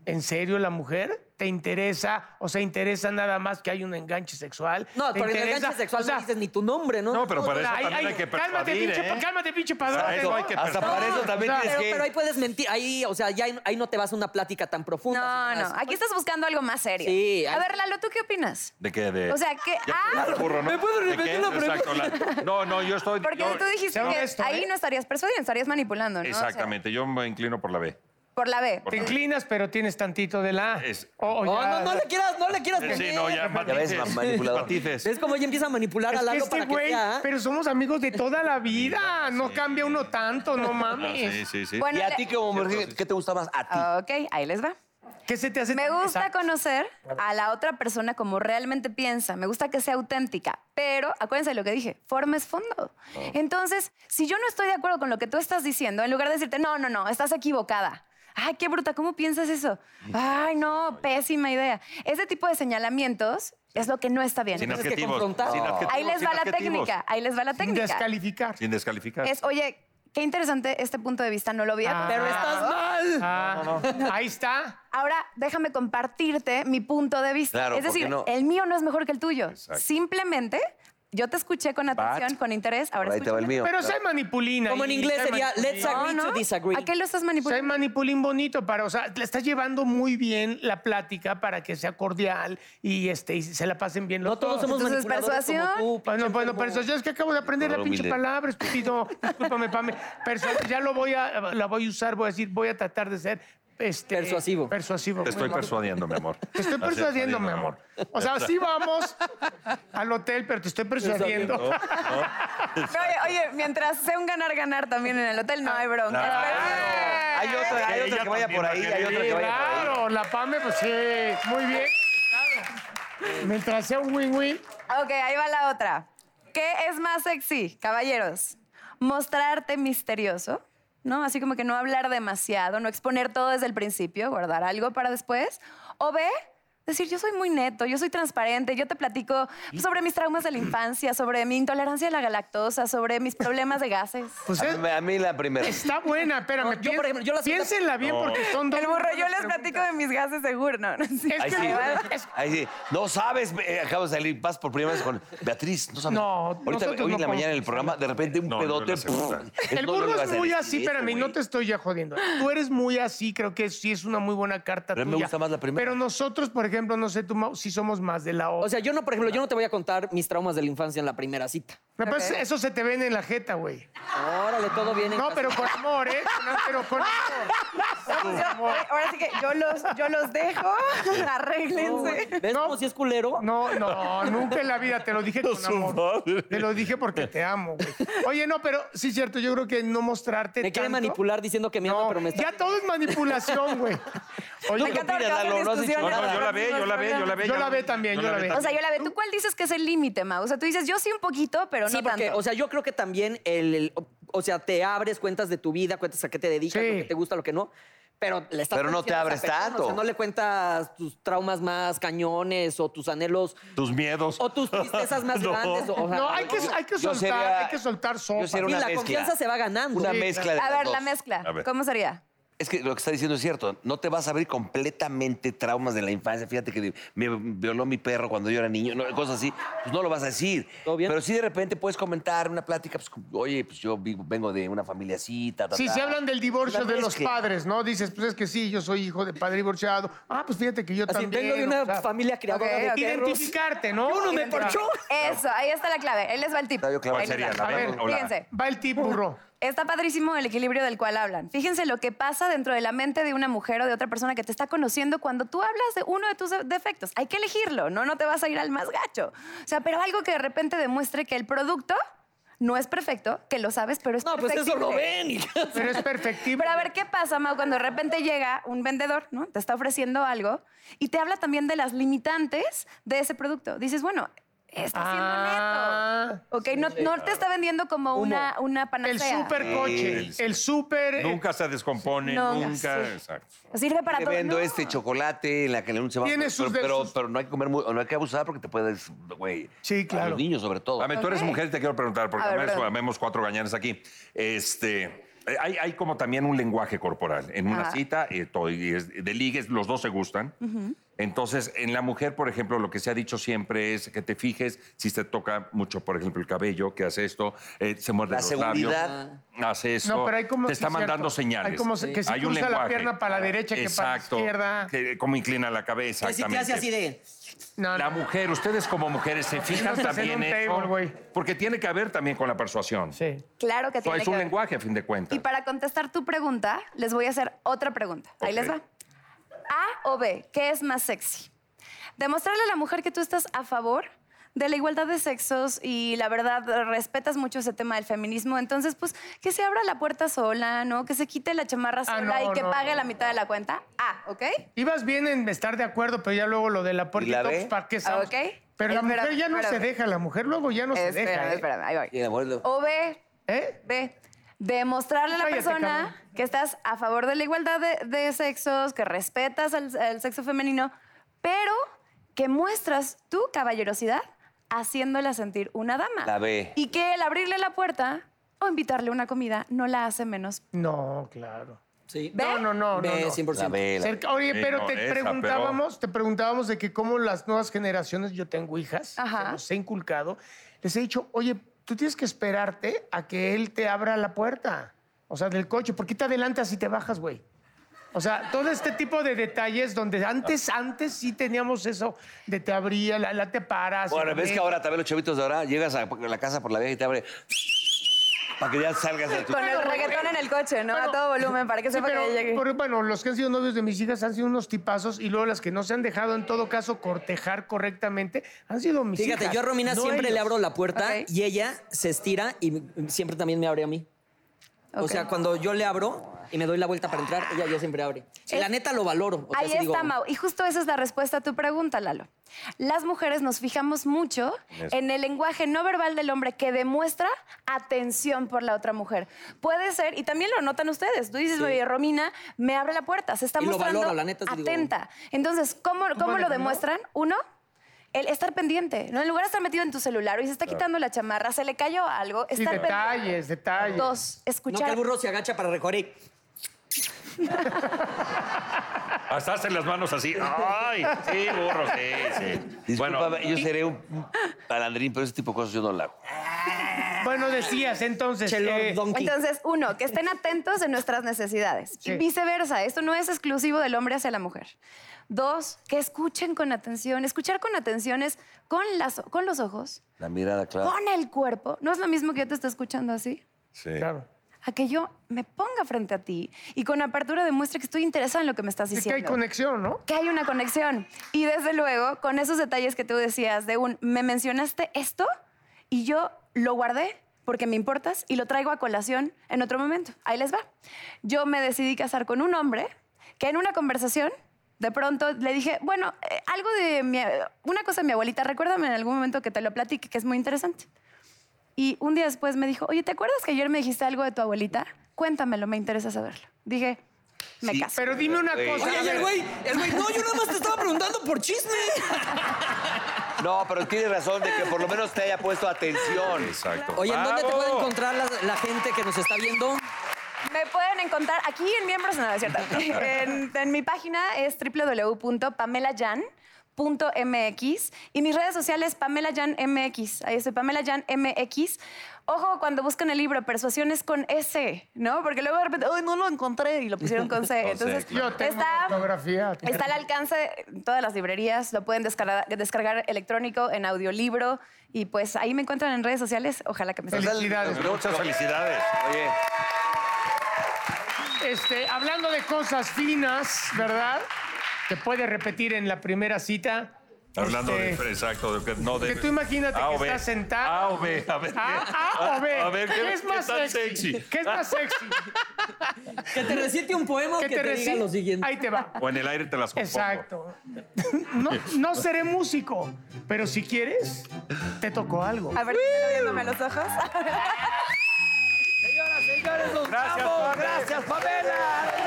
Speaker 4: en serio la mujer? ¿Te interesa o se interesa nada más que hay un enganche sexual?
Speaker 1: No,
Speaker 4: ¿Te
Speaker 1: porque en el
Speaker 4: interesa?
Speaker 1: enganche sexual
Speaker 4: O sea,
Speaker 1: no dices ni tu nombre, ¿no?
Speaker 2: No, pero para eso
Speaker 4: ay,
Speaker 2: también
Speaker 4: ay,
Speaker 2: hay que
Speaker 4: Cálmate,
Speaker 2: persuadir,
Speaker 4: pinche,
Speaker 2: ¿eh?
Speaker 4: pa- cálmate, pinche padrote,
Speaker 2: Para eso
Speaker 4: ¿no?
Speaker 2: hay que
Speaker 3: Hasta
Speaker 2: persuadir.
Speaker 3: para eso también
Speaker 4: o sea,
Speaker 3: tienes
Speaker 1: pero,
Speaker 3: que...
Speaker 1: pero ahí puedes mentir, ahí, o sea, ya ahí, ahí no te vas a una plática tan profunda.
Speaker 10: No,
Speaker 1: sino
Speaker 10: no,
Speaker 1: así.
Speaker 10: aquí estás buscando algo más serio.
Speaker 1: Sí,
Speaker 10: A
Speaker 1: hay-
Speaker 10: ver, Lalo, ¿tú qué opinas?
Speaker 2: ¿De qué? De...
Speaker 10: O sea, que A,
Speaker 2: Burro, ¿no?
Speaker 1: ¿Me puedo
Speaker 2: ¿De
Speaker 1: repetir
Speaker 2: qué?
Speaker 1: la pregunta?
Speaker 2: Exacto, la- No, no, yo estoy...
Speaker 10: porque
Speaker 2: yo-
Speaker 10: tú dijiste
Speaker 4: sea
Speaker 10: que
Speaker 4: honesto,
Speaker 10: ahí
Speaker 4: ¿eh?
Speaker 10: no estarías persuadiendo, estarías manipulando, ¿no? O sea,
Speaker 2: Exactamente, yo me inclino por la B.
Speaker 10: por la B.
Speaker 4: Te inclinas, pero tienes tantito de la... A.
Speaker 2: Es-
Speaker 4: O- o
Speaker 1: Oh, No,
Speaker 4: ya-
Speaker 1: no, no le quieras, no le quieras.
Speaker 2: Sí,
Speaker 1: mentir.
Speaker 2: no, ya,
Speaker 3: ves,
Speaker 2: matices.
Speaker 3: manipulador.
Speaker 2: matices.
Speaker 1: Es como ella empieza a manipular a
Speaker 4: Es que
Speaker 1: Lalo
Speaker 4: este
Speaker 1: para que
Speaker 4: güey,
Speaker 1: sea. ¿eh?
Speaker 4: pero somos amigos de toda la vida. No cambia uno tanto, no
Speaker 2: Ah,
Speaker 4: mames.
Speaker 2: sí, sí, sí.
Speaker 10: Bueno,
Speaker 3: ¿Y a
Speaker 10: le-
Speaker 3: ti como mujer, qué te gusta más? A ti.
Speaker 10: Ok, ahí les va.
Speaker 4: ¿Qué se te hace?
Speaker 10: Me
Speaker 4: tan-
Speaker 10: gusta
Speaker 4: Exacto.
Speaker 10: conocer a la otra persona como realmente piensa. Me gusta que sea auténtica. Pero acuérdense de lo que dije: forma es
Speaker 2: Oh.
Speaker 10: fondo. Entonces, si yo no estoy de acuerdo con lo que tú estás diciendo, en lugar de decirte, no, no, no, estás equivocada. Ay, qué bruta, ¿cómo piensas eso? Ay, no, pésima idea. Ese tipo de señalamientos es lo que no está bien.
Speaker 2: Sin
Speaker 1: tienes que
Speaker 2: adjetivos.
Speaker 1: confrontar.
Speaker 2: sin
Speaker 1: No.
Speaker 2: adjetivos,
Speaker 10: Ahí les
Speaker 2: sin
Speaker 10: va la
Speaker 2: adjetivos.
Speaker 10: técnica, ahí les va la
Speaker 4: Sin
Speaker 10: técnica.
Speaker 4: descalificar.
Speaker 2: Sin descalificar.
Speaker 10: Es, oye, qué interesante este punto de vista, no lo vi.
Speaker 4: Ah.
Speaker 1: Pero estás mal.
Speaker 4: Ah, Ahí está.
Speaker 10: Ahora déjame compartirte mi punto de vista.
Speaker 3: Claro,
Speaker 10: es
Speaker 3: ¿por qué
Speaker 10: decir,
Speaker 3: no?
Speaker 10: el mío no es mejor que el tuyo.
Speaker 2: Exacto.
Speaker 10: Simplemente yo te escuché con atención, con interés. Ahora
Speaker 3: Ahí te va el
Speaker 10: escúchame.
Speaker 3: mío.
Speaker 4: Pero soy manipulina.
Speaker 1: Como en
Speaker 4: y-
Speaker 1: inglés
Speaker 4: soy
Speaker 1: sería,
Speaker 4: manipulín.
Speaker 1: let's Pues, agree
Speaker 10: No,
Speaker 1: to
Speaker 10: no.
Speaker 1: disagree.
Speaker 10: ¿A qué lo estás
Speaker 4: Soy
Speaker 10: manipulando?
Speaker 4: manipulín bonito para, o sea, le estás llevando muy bien la plática para que sea cordial y este y se la pasen bien los
Speaker 1: No todos somos
Speaker 10: Entonces,
Speaker 1: manipuladores como
Speaker 10: persuasión.
Speaker 1: tú, pinche
Speaker 4: Bueno, bueno,
Speaker 1: enfermo.
Speaker 4: persuasión, es que acabo de aprender la
Speaker 3: Claro,
Speaker 4: pinche
Speaker 3: humilde.
Speaker 4: palabra, estúpido. Discúlpame, Pame. Persua- ya lo voy a, la voy a usar, voy a decir, voy a tratar de ser este,
Speaker 1: Persuasivo.
Speaker 4: Persuasivo.
Speaker 2: Te estoy
Speaker 4: Muy mal.
Speaker 2: persuadiendo, mi amor.
Speaker 4: Te estoy persuadiendo, mi
Speaker 2: mi
Speaker 4: amor. O sea, sí vamos al hotel, pero te estoy persuadiendo.
Speaker 10: Pero, oye, oye, mientras sea un ganar-ganar también en el hotel,
Speaker 3: Ah,
Speaker 10: no hay bronca.
Speaker 3: Hay otra, hay otra
Speaker 2: Ella
Speaker 3: que vaya
Speaker 2: también
Speaker 3: por
Speaker 2: va a
Speaker 3: ahí, hay
Speaker 2: querer
Speaker 3: otra
Speaker 2: ir.
Speaker 3: que vaya por ahí.
Speaker 4: Claro, la PAME, pues sí, muy bien. Claro. Mientras sea un win-win,
Speaker 10: Pero- Ok, ahí va la otra. ¿Qué es más sexy, caballeros? Mostrarte misterioso, ¿no? Así como que no hablar demasiado, no exponer todo desde el principio, guardar algo para después. O B, Decir, yo soy muy neto, yo soy transparente, yo te platico sobre mis traumas de la infancia, sobre mi intolerancia a la galactosa, sobre mis problemas de gases.
Speaker 4: Pues
Speaker 3: A
Speaker 4: es-
Speaker 3: mí- a mí la primera.
Speaker 4: está buena, espérame.
Speaker 1: No, yo, por ejemplo, yo la-
Speaker 4: Piénsenla bien porque son dos.
Speaker 10: El burro, yo les
Speaker 4: buenas
Speaker 10: platico de mis gases seguro, ¿no? no es cierto.
Speaker 3: Ahí sí. Ahí sí. No sabes, eh, acabo de salir, vas por primera vez con Beatriz, no sabes.
Speaker 4: No,
Speaker 3: Ahorita,
Speaker 4: nosotros
Speaker 3: hoy
Speaker 4: no
Speaker 3: en la mañana en el
Speaker 4: podemos
Speaker 3: programa, de repente un
Speaker 2: No, no,
Speaker 3: pedote.
Speaker 2: la segunda.
Speaker 3: puf,
Speaker 4: El
Speaker 3: no lo
Speaker 4: burro
Speaker 3: ibas
Speaker 4: es
Speaker 3: a
Speaker 4: muy
Speaker 3: decir, este
Speaker 4: así, espérame,
Speaker 3: güey.
Speaker 4: no te estoy ya jodiendo. Tú eres muy así, creo que sí es una muy buena carta
Speaker 3: Pero me
Speaker 4: tuya.
Speaker 3: gusta más la primera.
Speaker 4: Pero nosotros, por ejemplo, no sé tú, Mau, si somos más de la otra.
Speaker 1: O sea, yo no, por ejemplo, yo no te voy a contar mis traumas de la infancia en la primera cita.
Speaker 4: Me parece- eso se te ven en la jeta, güey.
Speaker 1: Órale, todo viene.
Speaker 4: No, pero con amor, ¿eh? No, pero con amor. Con amor.
Speaker 10: Ahora sí que yo los, yo los dejo, arréglense.
Speaker 1: ¿Ves
Speaker 4: No.
Speaker 1: como si es culero?
Speaker 4: No, no, nunca en la vida te lo dije con amor. Te lo dije porque te amo, güey. Oye, no, pero sí es cierto, yo creo que no mostrarte
Speaker 1: Me quiere
Speaker 4: tanto-
Speaker 1: manipular diciendo que me ama,
Speaker 4: No,
Speaker 1: pero me está.
Speaker 4: ya todo es manipulación, güey. Oye,
Speaker 10: Me encanta porque
Speaker 3: opinas,
Speaker 10: hacen
Speaker 3: Lalo? No has dicho
Speaker 10: discusiones.
Speaker 2: No, yo la ve, yo la ve, yo la ve.
Speaker 4: Yo la ve también, yo la ve.
Speaker 10: O sea, yo la veo. ¿Tú cuál dices que es el límite, Mau? O sea, tú dices, yo sí un poquito, pero
Speaker 1: Sí,
Speaker 10: no
Speaker 1: porque,
Speaker 10: tanto.
Speaker 1: o sea, yo creo que también el, el- o- o sea, te abres cuentas de tu vida, cuentas a qué te dedicas,
Speaker 4: Sí.
Speaker 1: lo que te gusta, lo que no. Pero le estás
Speaker 3: Pero no
Speaker 1: diciendo a
Speaker 3: te
Speaker 1: esa
Speaker 3: abres
Speaker 1: persona,
Speaker 3: tanto.
Speaker 1: O sea, no le cuentas tus traumas más cañones o tus anhelos
Speaker 2: Tus miedos.
Speaker 1: o tus tristezas más
Speaker 2: No.
Speaker 1: grandes. o- o sea,
Speaker 4: No, hay que, hay que
Speaker 3: yo
Speaker 4: soltar,
Speaker 3: sería-
Speaker 4: hay que soltar sopa.
Speaker 3: yo sería
Speaker 1: y
Speaker 3: una
Speaker 1: la
Speaker 3: mezcla.
Speaker 1: confianza se va ganando.
Speaker 3: Una
Speaker 4: Sí,
Speaker 3: mezcla
Speaker 4: claro.
Speaker 3: de
Speaker 10: a
Speaker 3: las
Speaker 10: ver,
Speaker 3: dos.
Speaker 10: la mezcla.
Speaker 2: A ver.
Speaker 10: ¿Cómo sería?
Speaker 3: Es que lo que está diciendo es cierto. No te vas a abrir completamente traumas de la infancia. Fíjate que me violó mi perro cuando yo era niño, no, cosas así. Pues no lo vas a decir.
Speaker 1: Todo bien.
Speaker 3: Pero sí de repente puedes comentar una plática. Pues, oye, pues yo vivo- vengo de una familia así, ta, ta,
Speaker 4: Sí,
Speaker 3: ta.
Speaker 4: se hablan del divorcio
Speaker 3: La
Speaker 4: de los
Speaker 3: mezcla.
Speaker 4: padres, ¿no? Dices, pues es que sí, yo soy hijo de padre divorciado. Ah, pues fíjate que yo
Speaker 1: Así,
Speaker 4: también.
Speaker 1: vengo de
Speaker 4: o sea, eh,
Speaker 1: una familia criadora
Speaker 10: Ok,
Speaker 1: de
Speaker 10: ok.
Speaker 1: perros.
Speaker 4: Identificarte, ¿no?
Speaker 1: Uno me
Speaker 4: Identificar.
Speaker 1: parchó.
Speaker 10: Eso, ahí está la clave. Ahí les va el tip.
Speaker 3: Está yo claro.
Speaker 10: Ahí les
Speaker 2: ¿Cuál
Speaker 10: va.
Speaker 2: sería?
Speaker 4: A ver,
Speaker 2: o la-
Speaker 10: Fíjense.
Speaker 4: Va el tip, burro.
Speaker 10: Está padrísimo el equilibrio del cual hablan. Fíjense lo que pasa dentro de la mente de una mujer o de otra persona que te está conociendo cuando tú hablas de uno de tus de- defectos. Hay que elegirlo, ¿no? No te vas a ir al más gacho. O sea, pero algo que de repente demuestre que el producto no es perfecto, que lo sabes, pero es
Speaker 1: No, pues eso lo
Speaker 10: perfectible.
Speaker 1: ven. y-
Speaker 4: Pero es perfectible.
Speaker 10: Pero a ver, ¿qué pasa, Mau, cuando de repente llega un vendedor, ¿no? Te está ofreciendo algo y te habla también de las limitantes de ese producto. Dices, bueno, está siendo
Speaker 4: Ah,
Speaker 10: neto. Ok, no, no te está vendiendo como una, una panacea.
Speaker 4: El supercoche. El super. eh,
Speaker 2: Nunca se descompone,
Speaker 10: No,
Speaker 2: nunca.
Speaker 10: sí.
Speaker 2: Exacto.
Speaker 10: Sirve para
Speaker 3: Te
Speaker 10: todo.
Speaker 3: vendo
Speaker 10: No.
Speaker 3: este chocolate en la que le anuncia
Speaker 4: Tiene
Speaker 3: pero,
Speaker 4: sus de-
Speaker 3: pero,
Speaker 4: sus-
Speaker 3: pero no hay que comer muy- o no hay que abusar porque te puedes, güey.
Speaker 4: Sí,
Speaker 3: A
Speaker 4: claro.
Speaker 3: los niños sobre todo.
Speaker 2: A ver, tú eres
Speaker 10: Ok.
Speaker 2: mujer y te quiero preguntar, porque
Speaker 10: A ver,
Speaker 2: además
Speaker 10: perdón.
Speaker 2: habemos cuatro gañanes aquí. Este, eh, hay, hay como también un lenguaje corporal. En una
Speaker 10: Ajá.
Speaker 2: cita, eh, todo, y es de ligues, los dos se gustan. Entonces, en la mujer, por ejemplo, lo que se ha dicho siempre es que te fijes si te toca mucho, por ejemplo, el cabello, que hace esto, eh, se muerde
Speaker 3: La
Speaker 2: los
Speaker 3: seguridad.
Speaker 2: labios, hace esto.
Speaker 4: No, pero hay como.
Speaker 2: te
Speaker 4: sí,
Speaker 2: está mandando
Speaker 4: cierto.
Speaker 2: señales.
Speaker 4: Hay como se- que si
Speaker 2: Hay un
Speaker 4: cruza la
Speaker 2: lenguaje.
Speaker 4: pierna para la derecha que para la
Speaker 2: Exacto.
Speaker 4: izquierda.
Speaker 2: Que- eh, cómo inclina la cabeza.
Speaker 1: Que si te hace
Speaker 2: exactamente.
Speaker 1: así de.
Speaker 4: No,
Speaker 2: La
Speaker 4: no.
Speaker 2: mujer, ustedes como mujeres se
Speaker 4: no
Speaker 2: fijan
Speaker 4: se hacen
Speaker 2: también
Speaker 4: un
Speaker 2: eso?
Speaker 4: table, güey.
Speaker 2: porque tiene que ver también con la persuasión.
Speaker 4: Sí.
Speaker 10: Claro que
Speaker 2: O sea,
Speaker 10: tiene
Speaker 2: Pues, es
Speaker 10: que
Speaker 2: un
Speaker 10: ver.
Speaker 2: lenguaje a fin de cuentas.
Speaker 10: Y para contestar tu pregunta, les voy a hacer otra pregunta. Ahí
Speaker 2: Ok.
Speaker 10: les va. A o B, ¿qué es más sexy? Demostrarle a la mujer que tú estás a favor de la igualdad de sexos y la verdad eh, respetas mucho ese tema del feminismo, entonces pues que se abra la puerta sola, ¿no? Que se quite la chamarra
Speaker 4: Ah,
Speaker 10: sola
Speaker 4: no,
Speaker 10: y que
Speaker 4: no,
Speaker 10: pague
Speaker 4: no,
Speaker 10: la mitad de la cuenta. A, ¿ok?
Speaker 4: Ibas bien en estar de acuerdo, pero ya luego lo de la puerta
Speaker 3: ¿Y la
Speaker 4: tops,
Speaker 3: B?
Speaker 4: ¿para qué sabes?
Speaker 10: Ah, Ok.
Speaker 4: Pero la
Speaker 10: Espérame,
Speaker 4: mujer ya no se
Speaker 10: espérame.
Speaker 4: deja, la mujer luego ya no se
Speaker 10: espérame,
Speaker 4: deja. ¿eh?
Speaker 10: espérame, ahí voy.
Speaker 3: Y el abuelo-
Speaker 10: O B,
Speaker 4: ¿Eh?
Speaker 10: B. Demostrarle a la
Speaker 4: Cállate,
Speaker 10: persona
Speaker 4: cabrón.
Speaker 10: que estás a favor de la igualdad de, de sexos, que respetas al, al sexo femenino, pero que muestras tu caballerosidad haciéndola sentir una dama.
Speaker 3: La B.
Speaker 10: Y que el abrirle la puerta o invitarle una comida no la hace menos.
Speaker 4: No, claro.
Speaker 1: Sí.
Speaker 10: ¿Ve?
Speaker 4: No, no, no, no,
Speaker 1: Ve,
Speaker 4: no.
Speaker 1: 100%.
Speaker 3: La vela.
Speaker 4: Cerca- oye,
Speaker 2: Sí,
Speaker 4: pero
Speaker 2: no,
Speaker 4: te
Speaker 2: esa,
Speaker 4: preguntábamos, te preguntábamos de que cómo las nuevas generaciones, yo tengo hijas,
Speaker 10: Ajá.
Speaker 4: se los he inculcado, les he dicho, oye, tú tienes que esperarte a que él te abra la puerta, o sea, del coche, ¿por qué te adelantas y te bajas, güey? O sea, todo este tipo de detalles donde antes, antes sí teníamos eso de te abría, la, la te paras.
Speaker 3: Bueno,
Speaker 4: la
Speaker 3: ves que
Speaker 4: ves.
Speaker 3: ahora también los chavitos de ahora llegas a la casa por la vieja y te abre para que ya salgas de tu
Speaker 10: Con el reggaetón en el coche, ¿no?
Speaker 4: Bueno,
Speaker 10: a todo volumen, para que
Speaker 4: Sí,
Speaker 10: sepa
Speaker 4: pero,
Speaker 10: que ya llegué.
Speaker 4: por- bueno, los que han sido novios de mis hijas han sido unos tipazos y luego las que no se han dejado, en todo caso, cortejar correctamente, han sido mis hijas.
Speaker 1: Fíjate, yo a Romina
Speaker 4: no
Speaker 1: siempre le
Speaker 4: ellos.
Speaker 1: abro la puerta
Speaker 10: Ok.
Speaker 1: y ella se estira y m- siempre también me abre a mí. O
Speaker 10: Ok.
Speaker 1: sea, cuando yo le abro, y me doy la vuelta para entrar, ella ya siempre abre. Sí, la
Speaker 10: Es-
Speaker 1: neta lo valoro. O sea,
Speaker 10: Ahí
Speaker 1: sí digo,
Speaker 10: está, Mau. Y justo esa es la respuesta a tu pregunta, Lalo. Las mujeres nos fijamos mucho en el lenguaje no verbal del hombre que demuestra atención por la otra mujer. Puede ser, y también lo notan ustedes. Tú dices, oye, Romina, me abre la puerta, se está
Speaker 1: Y lo
Speaker 10: mostrando
Speaker 1: valoro, la neta, sí digo.
Speaker 10: atenta. Entonces, ¿cómo, cómo lo demuestran? Uno, el estar pendiente, ¿no? En lugar de estar metido en tu celular, y se está quitando la chamarra, se le cayó algo,
Speaker 4: Y
Speaker 10: estar pendiente.
Speaker 4: detalles, detalles.
Speaker 10: Dos,
Speaker 1: No, que el
Speaker 10: escuchar.
Speaker 1: burro se agacha para recoger.
Speaker 2: Hasta hacen las manos así. ¡Ay! Sí, burro, sí, sí.
Speaker 3: Disculpa,
Speaker 2: Bueno,
Speaker 3: yo seré un un palandrín, pero ese tipo de cosas yo no la hago.
Speaker 4: Bueno, decías entonces.
Speaker 1: Chelo,
Speaker 4: eh,
Speaker 1: donkey.
Speaker 10: Entonces, uno, que estén atentos de nuestras necesidades.
Speaker 4: Sí.
Speaker 10: Y viceversa, esto no es exclusivo del hombre hacia la mujer. Dos, que escuchen con atención. Escuchar con atención es con, las, con los ojos,
Speaker 3: La mirada, claro.
Speaker 10: con el cuerpo. No es lo mismo que yo te esté escuchando así,
Speaker 2: sí.
Speaker 4: claro.
Speaker 10: a que yo me ponga frente a ti y con apertura demuestre que estoy interesada en lo que me estás
Speaker 4: Es que
Speaker 10: diciendo
Speaker 4: hay conexión, ¿no?
Speaker 10: que hay una conexión. Y desde luego, con esos detalles que tú decías de un, me mencionaste esto y yo lo guardé porque me importas y lo traigo a colación en otro momento. Ahí les va. Yo me decidí casar con un hombre que en una conversación de pronto le dije, bueno, eh, algo de mi, una cosa de mi abuelita, recuérdame en algún momento que te lo platique, que es muy interesante. Y un día después me dijo, oye, ¿te acuerdas que ayer me dijiste algo de tu abuelita? Cuéntamelo, me interesa saberlo. Dije, me
Speaker 3: Sí,
Speaker 10: caso.
Speaker 4: Pero dime una cosa.
Speaker 1: Oye,
Speaker 4: a
Speaker 1: y el
Speaker 4: ver,
Speaker 1: güey, el güey, no, yo nada más te estaba preguntando por chisme.
Speaker 3: No, pero tienes razón de que por lo menos te haya puesto atención.
Speaker 2: Exacto.
Speaker 1: Oye, ¿en dónde te
Speaker 2: ¡Bravo!
Speaker 1: puede encontrar la, la gente que nos está viendo?
Speaker 10: Me pueden encontrar aquí en Miembros, no, no es cierto. en, en mi página es www.pamelayan.mx y mis redes sociales Pamela Yan MX. Ahí estoy, Pamela Yan MX. Ojo cuando buscan el libro, Persuasiones con S, ¿no? Porque luego de repente, ¡ay, no lo encontré! Y lo pusieron con C. Entonces,
Speaker 4: Oh, Yo tengo una
Speaker 10: está,
Speaker 4: fotografía.
Speaker 10: está al alcance en todas las librerías. Lo pueden descargar, descargar electrónico, en audiolibro. Y pues ahí me encuentran en redes sociales. Ojalá que me sigan.
Speaker 4: Felicidades.
Speaker 2: Muchas felicidades.
Speaker 3: Oye,
Speaker 4: Este, hablando de cosas finas, ¿verdad? Te puede repetir en la primera cita.
Speaker 2: Hablando
Speaker 4: Este,
Speaker 2: de. Exacto. De, que no de,
Speaker 4: Porque tú imagínate
Speaker 2: A o
Speaker 4: que
Speaker 2: B.
Speaker 4: estás sentado.
Speaker 2: A o B. A ver. qué-
Speaker 4: Ah, A, A o B.
Speaker 2: A ver, ¿qué,
Speaker 4: ¿Qué es
Speaker 2: qué
Speaker 4: más
Speaker 2: tan
Speaker 4: sexy?
Speaker 2: sexy?
Speaker 4: ¿Qué es más sexy?
Speaker 1: Que te recite un poema o
Speaker 4: ¿Qué
Speaker 1: que te, diga
Speaker 4: reci-
Speaker 1: lo siguiente.
Speaker 4: Ahí te va.
Speaker 2: O en el aire te las compongo.
Speaker 4: Exacto. No, no seré músico, pero si quieres, te tocó algo.
Speaker 10: A ver, ¿están viéndome a los ojos.
Speaker 2: Gracias, Pamela. Gracias,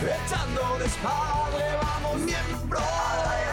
Speaker 9: Echando desmadre, vamos miembros.